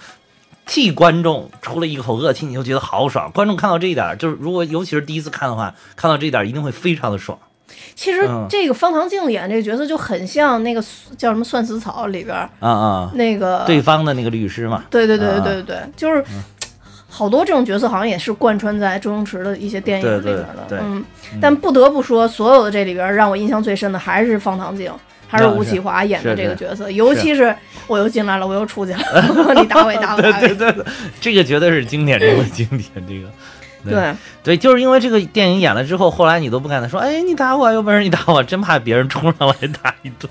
B: 替观众出了一口恶气，你就觉得好爽。观众看到这一点儿，就是如果尤其是第一次看的话，看到这一点儿一定会非常的爽。
A: 其实
B: 嗯
A: 这个方唐镜演这个角色就很像那个叫什么《算死草》里边儿
B: 啊啊，
A: 那个
B: 对方的那个律师嘛，
A: 对对对
B: 啊嗯
A: 对对对，就是好多这种角色好像也是贯穿在周星驰的一些电影
B: 对
A: 里
B: 对
A: 边的。
B: 对
A: 嗯，但不得不说，所有的这里边让我印象最深的还是方唐镜。还是
B: 那
A: 吴
B: 是
A: 启华演的
B: 是
A: 这个
B: 是
A: 角色，尤其是我又进来了，我又出去了， [laughs] 你打我，你打我，
B: 对
A: 打我
B: [laughs] 对对，对这个绝对是经典中的经典，这个。
A: 对
B: [laughs] 对，就是因为这个电影演了之后，后来你都不敢再说，哎，你打我，有本事你打我，真怕别人冲上来打一顿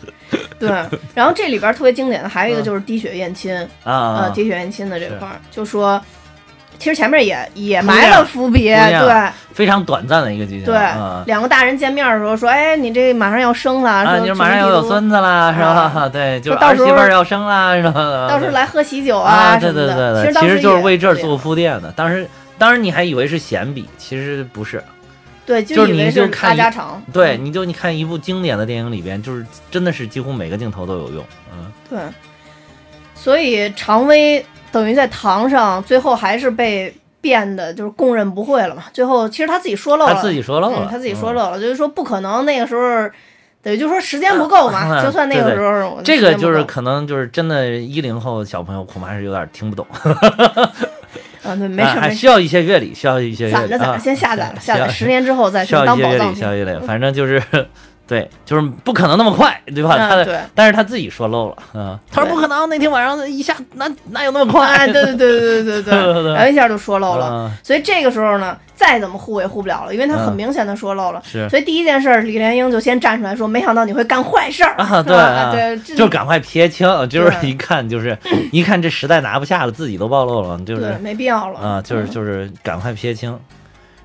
A: 对。然后这里边特别经典的还有一个就是滴血验亲， [laughs]
B: 啊嗯啊！
A: 呃，
B: 啊
A: 滴血验亲的这
B: 是
A: 块儿，就说其实前面也也
B: 铺
A: 埋
B: 垫
A: 了伏笔，
B: 铺垫
A: 对
B: 非常短暂的一个剧情，
A: 对
B: 啊，
A: 两个大人见面的时候说，哎，你这马上要生了，
B: 啊，
A: 说
B: 你就
A: 就是
B: 马上要有孙子啦，是吧？对，就
A: 啊
B: 是
A: 说到
B: 儿
A: 时
B: 媳
A: 候
B: 妇儿要生啦，是吧？
A: 到时候来喝喜酒
B: 啊，
A: 什么
B: 对对对
A: 的。
B: 对，
A: 当
B: 其
A: 时
B: 实就是
A: 也
B: 为这儿
A: 对
B: 做铺垫的。当时，当时你还以为是闲笔，其实不是。
A: 对，
B: 就是
A: 以
B: 你
A: 为
B: 就是看
A: 拉
B: 一
A: 家常。
B: 对，
A: 嗯
B: 你就你看一部经典的电影里边，就是真的是几乎每个镜头都有用。嗯，
A: 对，所以常威等于在堂上最后还是被变的，就是供认不讳了嘛。最后其实他自己说漏了，
B: 他自己说漏
A: 嗯
B: 了，
A: 他自己说
B: 嗯
A: 漏了，就是说不可能那个时候。等于就说时间不够嘛，[laughs]
B: 啊
A: 就算那
B: 对
A: 个
B: 对
A: 时候我
B: 这
A: 时
B: 个
A: 间不
B: 就是
A: 够
B: 可能就是真的，一零后小朋友恐怕是有点听不懂，呃
A: 啊，对，没事
B: 还
A: 没事，
B: 需要一些阅历，需要一些阅
A: 攒
B: 历
A: 着攒
B: 啊
A: 着，先下载了，下载
B: 需要
A: 十年之后再去
B: 需要
A: 当
B: 一些
A: 宝
B: 阅
A: 藏
B: 历，需
A: 品。
B: 要阅历，反正就是。对，就是不可能那么快，对吧？
A: 嗯
B: 他
A: 对
B: 的，但是他自己说漏了，嗯，他说
A: 对
B: 不可能，那天晚上一下哪哪有那么
A: [laughs] 哎，
B: 快？
A: 对对对对对对
B: [laughs]
A: 哎
B: 对对对
A: 然后一下就说漏了。
B: 嗯
A: 所以这个时候呢，再怎么护也护不了了，因为他很
B: 嗯
A: 明显的说漏了。
B: 是
A: 所以第一件事儿，李莲英就先站出来说：“没想到你会干坏事儿
B: 啊，
A: 是
B: 对
A: 吧
B: 啊，
A: 对，这
B: 就赶快撇清，就是
A: 对
B: 一看就是一看这实在拿不下了，自己都暴露了，就是
A: 对，没必要了
B: 啊，就是
A: 嗯
B: 就是赶快撇清，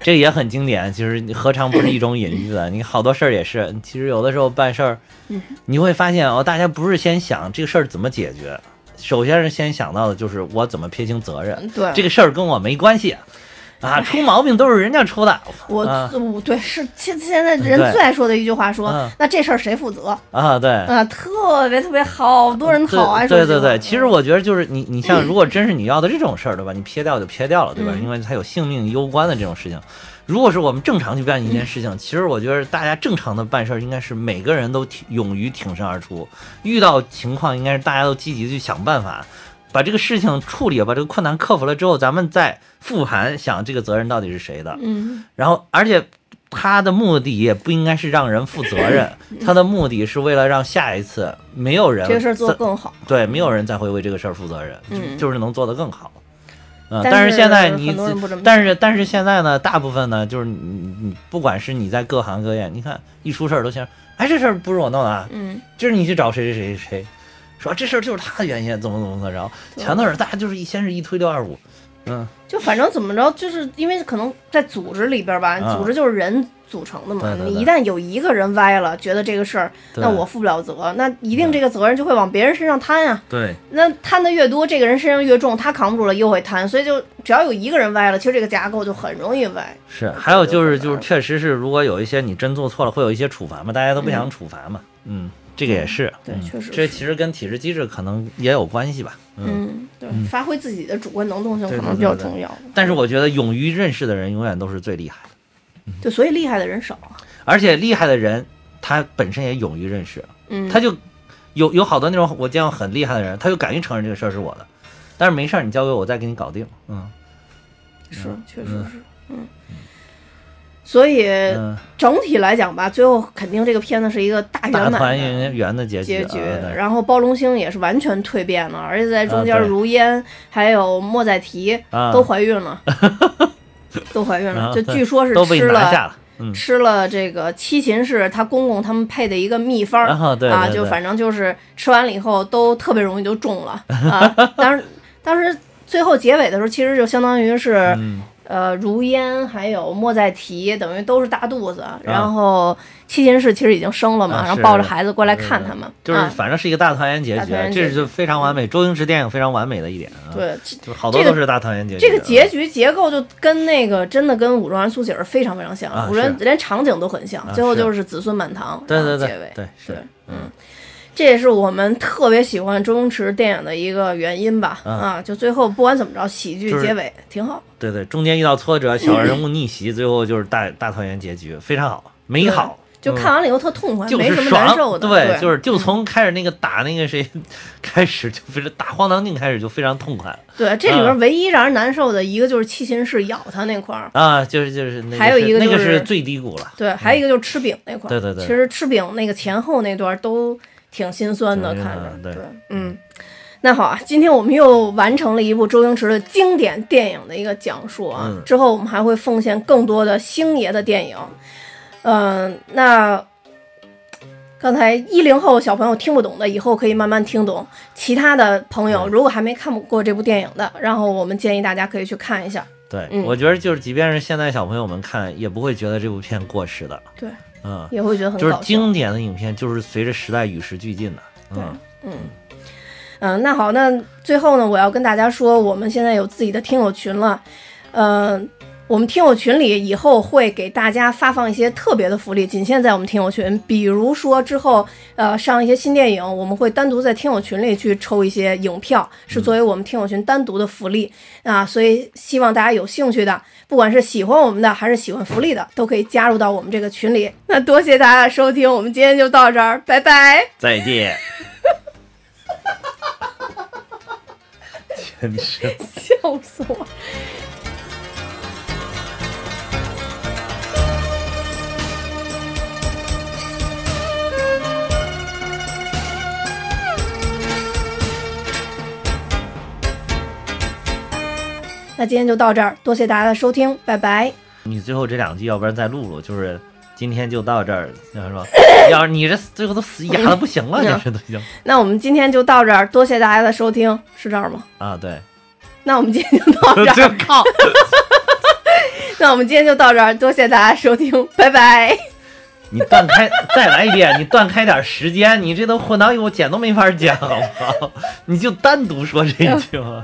B: 这也很经典。其实你何尝不是一种隐喻啊？你好多事儿也是，其实有的时候办事儿，你会发现哦，大家不是先想这个事儿怎么解决，首先是先想到的就是我怎么撇清责任，
A: 对
B: 这个事儿跟我没关系啊，出毛病都是人家出的
A: 我
B: 啊嗯
A: 我对是现现在人
B: 对
A: 最爱说的一句话说
B: 嗯，
A: 那这事儿谁负责
B: 啊，对。
A: 啊？特别特别好多人好啊爱说这
B: 对对
A: 句
B: 对，
A: 话
B: 其实我觉得就是你，你像如果真是你要的这种事儿，对吧？你撇掉就撇掉了，对吧？
A: 嗯
B: 因为它有性命攸关的这种事情。如果是我们正常去办一
A: 嗯
B: 件事情，其实我觉得大家正常的办事儿应该是每个人都挺勇于挺身而出，遇到情况应该是大家都积极去想办法，把这个事情处理了，把这个困难克服了之后，咱们再复盘想这个责任到底是谁的。
A: 嗯
B: 然后，而且他的目的也不应该是让人负责任，他的目的是为了让下一次没有
A: 嗯
B: 人
A: 这个事儿做
B: 再
A: 得更好，
B: 对，没有人再会为这个事儿负责任，就
A: 嗯
B: 就是能做得更好。嗯，
A: 但
B: 但
A: 是
B: 现在
A: 很
B: 你
A: 多
B: 自
A: 人不这么
B: 但是但是现在呢，大部分呢，就是你你你不管是你在各行各业，你看一出事儿都先，哎，这事儿不是我弄的啊，
A: 嗯，
B: 就是你去找谁谁谁谁，说啊这事儿就是他的原因，怎么怎么怎么着，
A: 对
B: 全都是大家就是一先是一推六二五，嗯，
A: 就反正怎么着，就是因为可能在组织里边吧，
B: 啊
A: 组织就是人组成的嘛。
B: 对对对
A: 你一旦有一个人歪了，觉得这个事儿，
B: 对
A: 那我负不了责，那一定这个责任就会往别人身上摊呀、
B: 对
A: 那摊的越多，这个人身上越重，他扛不住了又会摊，所以就只要有一个人歪了，其实这个架构就很容易歪。
B: 是，还有就
A: 有
B: 是
A: 可能
B: 就是确实是，如果有一些你真做错了，会有一些处罚嘛，大家都不想处罚嘛，嗯，这个也是，
A: 对
B: 嗯
A: 确实
B: 这
A: 是
B: 其实跟体制机制可能也有关系吧，
A: 嗯，对，发挥自己的主观能动性
B: 对
A: 可
B: 对
A: 能比较
B: 对对
A: 重要。
B: 但是我觉得勇于认识的人永远都是最厉害的，
A: 对，所以厉害的人少啊。
B: 而且厉害的人他本身也勇于认识，
A: 嗯，
B: 他就有有好多那种我见过很厉害的人，他就敢于承认这个事儿是我的，但是没事儿你交给我，我再给你搞定，嗯
A: 是，确实是，嗯。所以
B: 嗯，
A: 整体来讲吧，最后肯定这个片子是一个大圆
B: 大
A: 满的
B: 团圆圆的结局，
A: 结
B: 啊
A: 局，
B: 对
A: 然后包龙星也是完全蜕变了，而且在中间
B: 啊对
A: 如烟、还有莫载提、
B: 啊
A: 都怀孕
B: [laughs]
A: 了，都怀孕了，
B: 啊
A: 就据说是
B: 都被
A: 吃
B: 拿下
A: 了。
B: 了，嗯，
A: 吃了这个七擒是他公公他们配的一个秘方儿
B: 啊对对对
A: 就反正就是吃完了以后都特别容易就中了啊。当时当时最后结尾的时候，其实就相当于是、
B: 嗯
A: 呃，如烟还有莫再提，等于都是大肚子。然后七擒氏其实已经生了嘛，
B: 啊
A: 然后
B: 是
A: 抱着
B: 是
A: 孩子过来
B: 对
A: 看
B: 对
A: 他们，
B: 就是
A: 啊，
B: 反正是一个大团圆结
A: 大
B: 局
A: 团圆，结
B: 这
A: 局嗯
B: 就非常完美。周星驰电影非常完美的一点啊，，
A: 对，这
B: 就是好多
A: 这个
B: 都是大团圆结局。
A: 这个结局结构就跟那个真的跟《武状元苏姐儿》非常非常像，
B: 啊
A: 五人
B: 是啊
A: 连场景都很像，最后
B: 是
A: 就是子孙满堂，
B: 对对
A: 然后
B: 对
A: 结尾
B: 对是
A: 嗯。这也是我们特别喜欢周星驰电影的一个原因吧，
B: 嗯
A: 啊，就最后不管怎么着，喜剧
B: 就是嗯
A: 结尾挺好，
B: 对对，中间遇到挫折，小人物逆袭，最后就是大大团圆结局，非常好，美好。
A: 就看完了以后特痛快，
B: 就
A: 没
B: 是
A: 什么难受
B: 爽，
A: 的。
B: 对，
A: 对，嗯
B: 就是就从开始那个打那个谁开始，就不是打荒唐镜开始就非常痛快
A: 对这里
B: 嗯
A: 边唯一让人难受的一个就是七擒市咬他那块儿，
B: 啊，就是就是那个
A: 还有
B: 是
A: 一个
B: 那
A: 就
B: 个
A: 是
B: 是最低谷了，
A: 对，还有一个就是吃饼那块儿。
B: 嗯对对对
A: 其实吃饼那个前后那段都挺心酸的，
B: 挺
A: 看
B: 有意思
A: 着。
B: 的对
A: 嗯。那好啊，今天我们又完成了一部周星驰的经典电影的一个讲述啊。
B: 嗯
A: 之后我们还会奉献更多的星爷的电影。嗯、那刚才一零后小朋友听不懂的，以后可以慢慢听懂。其他的朋友
B: 对
A: 如果还没看过这部电影的，然后我们建议大家可以去看一下。
B: 对，
A: 嗯
B: 我觉得就是即便是现在小朋友们看，也不会觉得这部片过时的，
A: 对，
B: 嗯，
A: 也会觉得很
B: 就是
A: 搞笑。
B: 经典的影片，就是随着时代与时俱进的，嗯，
A: 嗯，那好，那最后呢，我要跟大家说，我们现在有自己的听友群了，呃，我们听友群里以后会给大家发放一些特别的福利，仅限在我们听友群，比如说之后呃上一些新电影，我们会单独在听友群里去抽一些影票，是作为我们听友群单独的福利啊，所以希望大家有兴趣的，不管是喜欢我们的还是喜欢福利的，都可以加入到我们这个群里。那多谢大家的收听，我们今天就到这儿，拜拜。
B: 再见。真是。
A: 笑死我！ [laughs] 那今天就到这儿，多谢大家的收听，拜拜。
B: 你最后这两句，要不然再录录，就是今天就到这儿，要是吧？要是你这最后都
A: [laughs]
B: 死哑的不行了，
A: 嗯
B: 你这都已经
A: 那我们今天就到这儿，多谢大家的收听，是这儿吗？
B: 啊，
A: [laughs]
B: 对，
A: 那我们今天就到这 [laughs]
B: 就
A: 儿，
B: 靠，
A: 那我们今天就到这儿，多谢大家收听，拜拜。
B: 你断开，再来一遍，你断开点时间，你这都混到一我剪都没法剪，好不好？你就单独说这一句吧。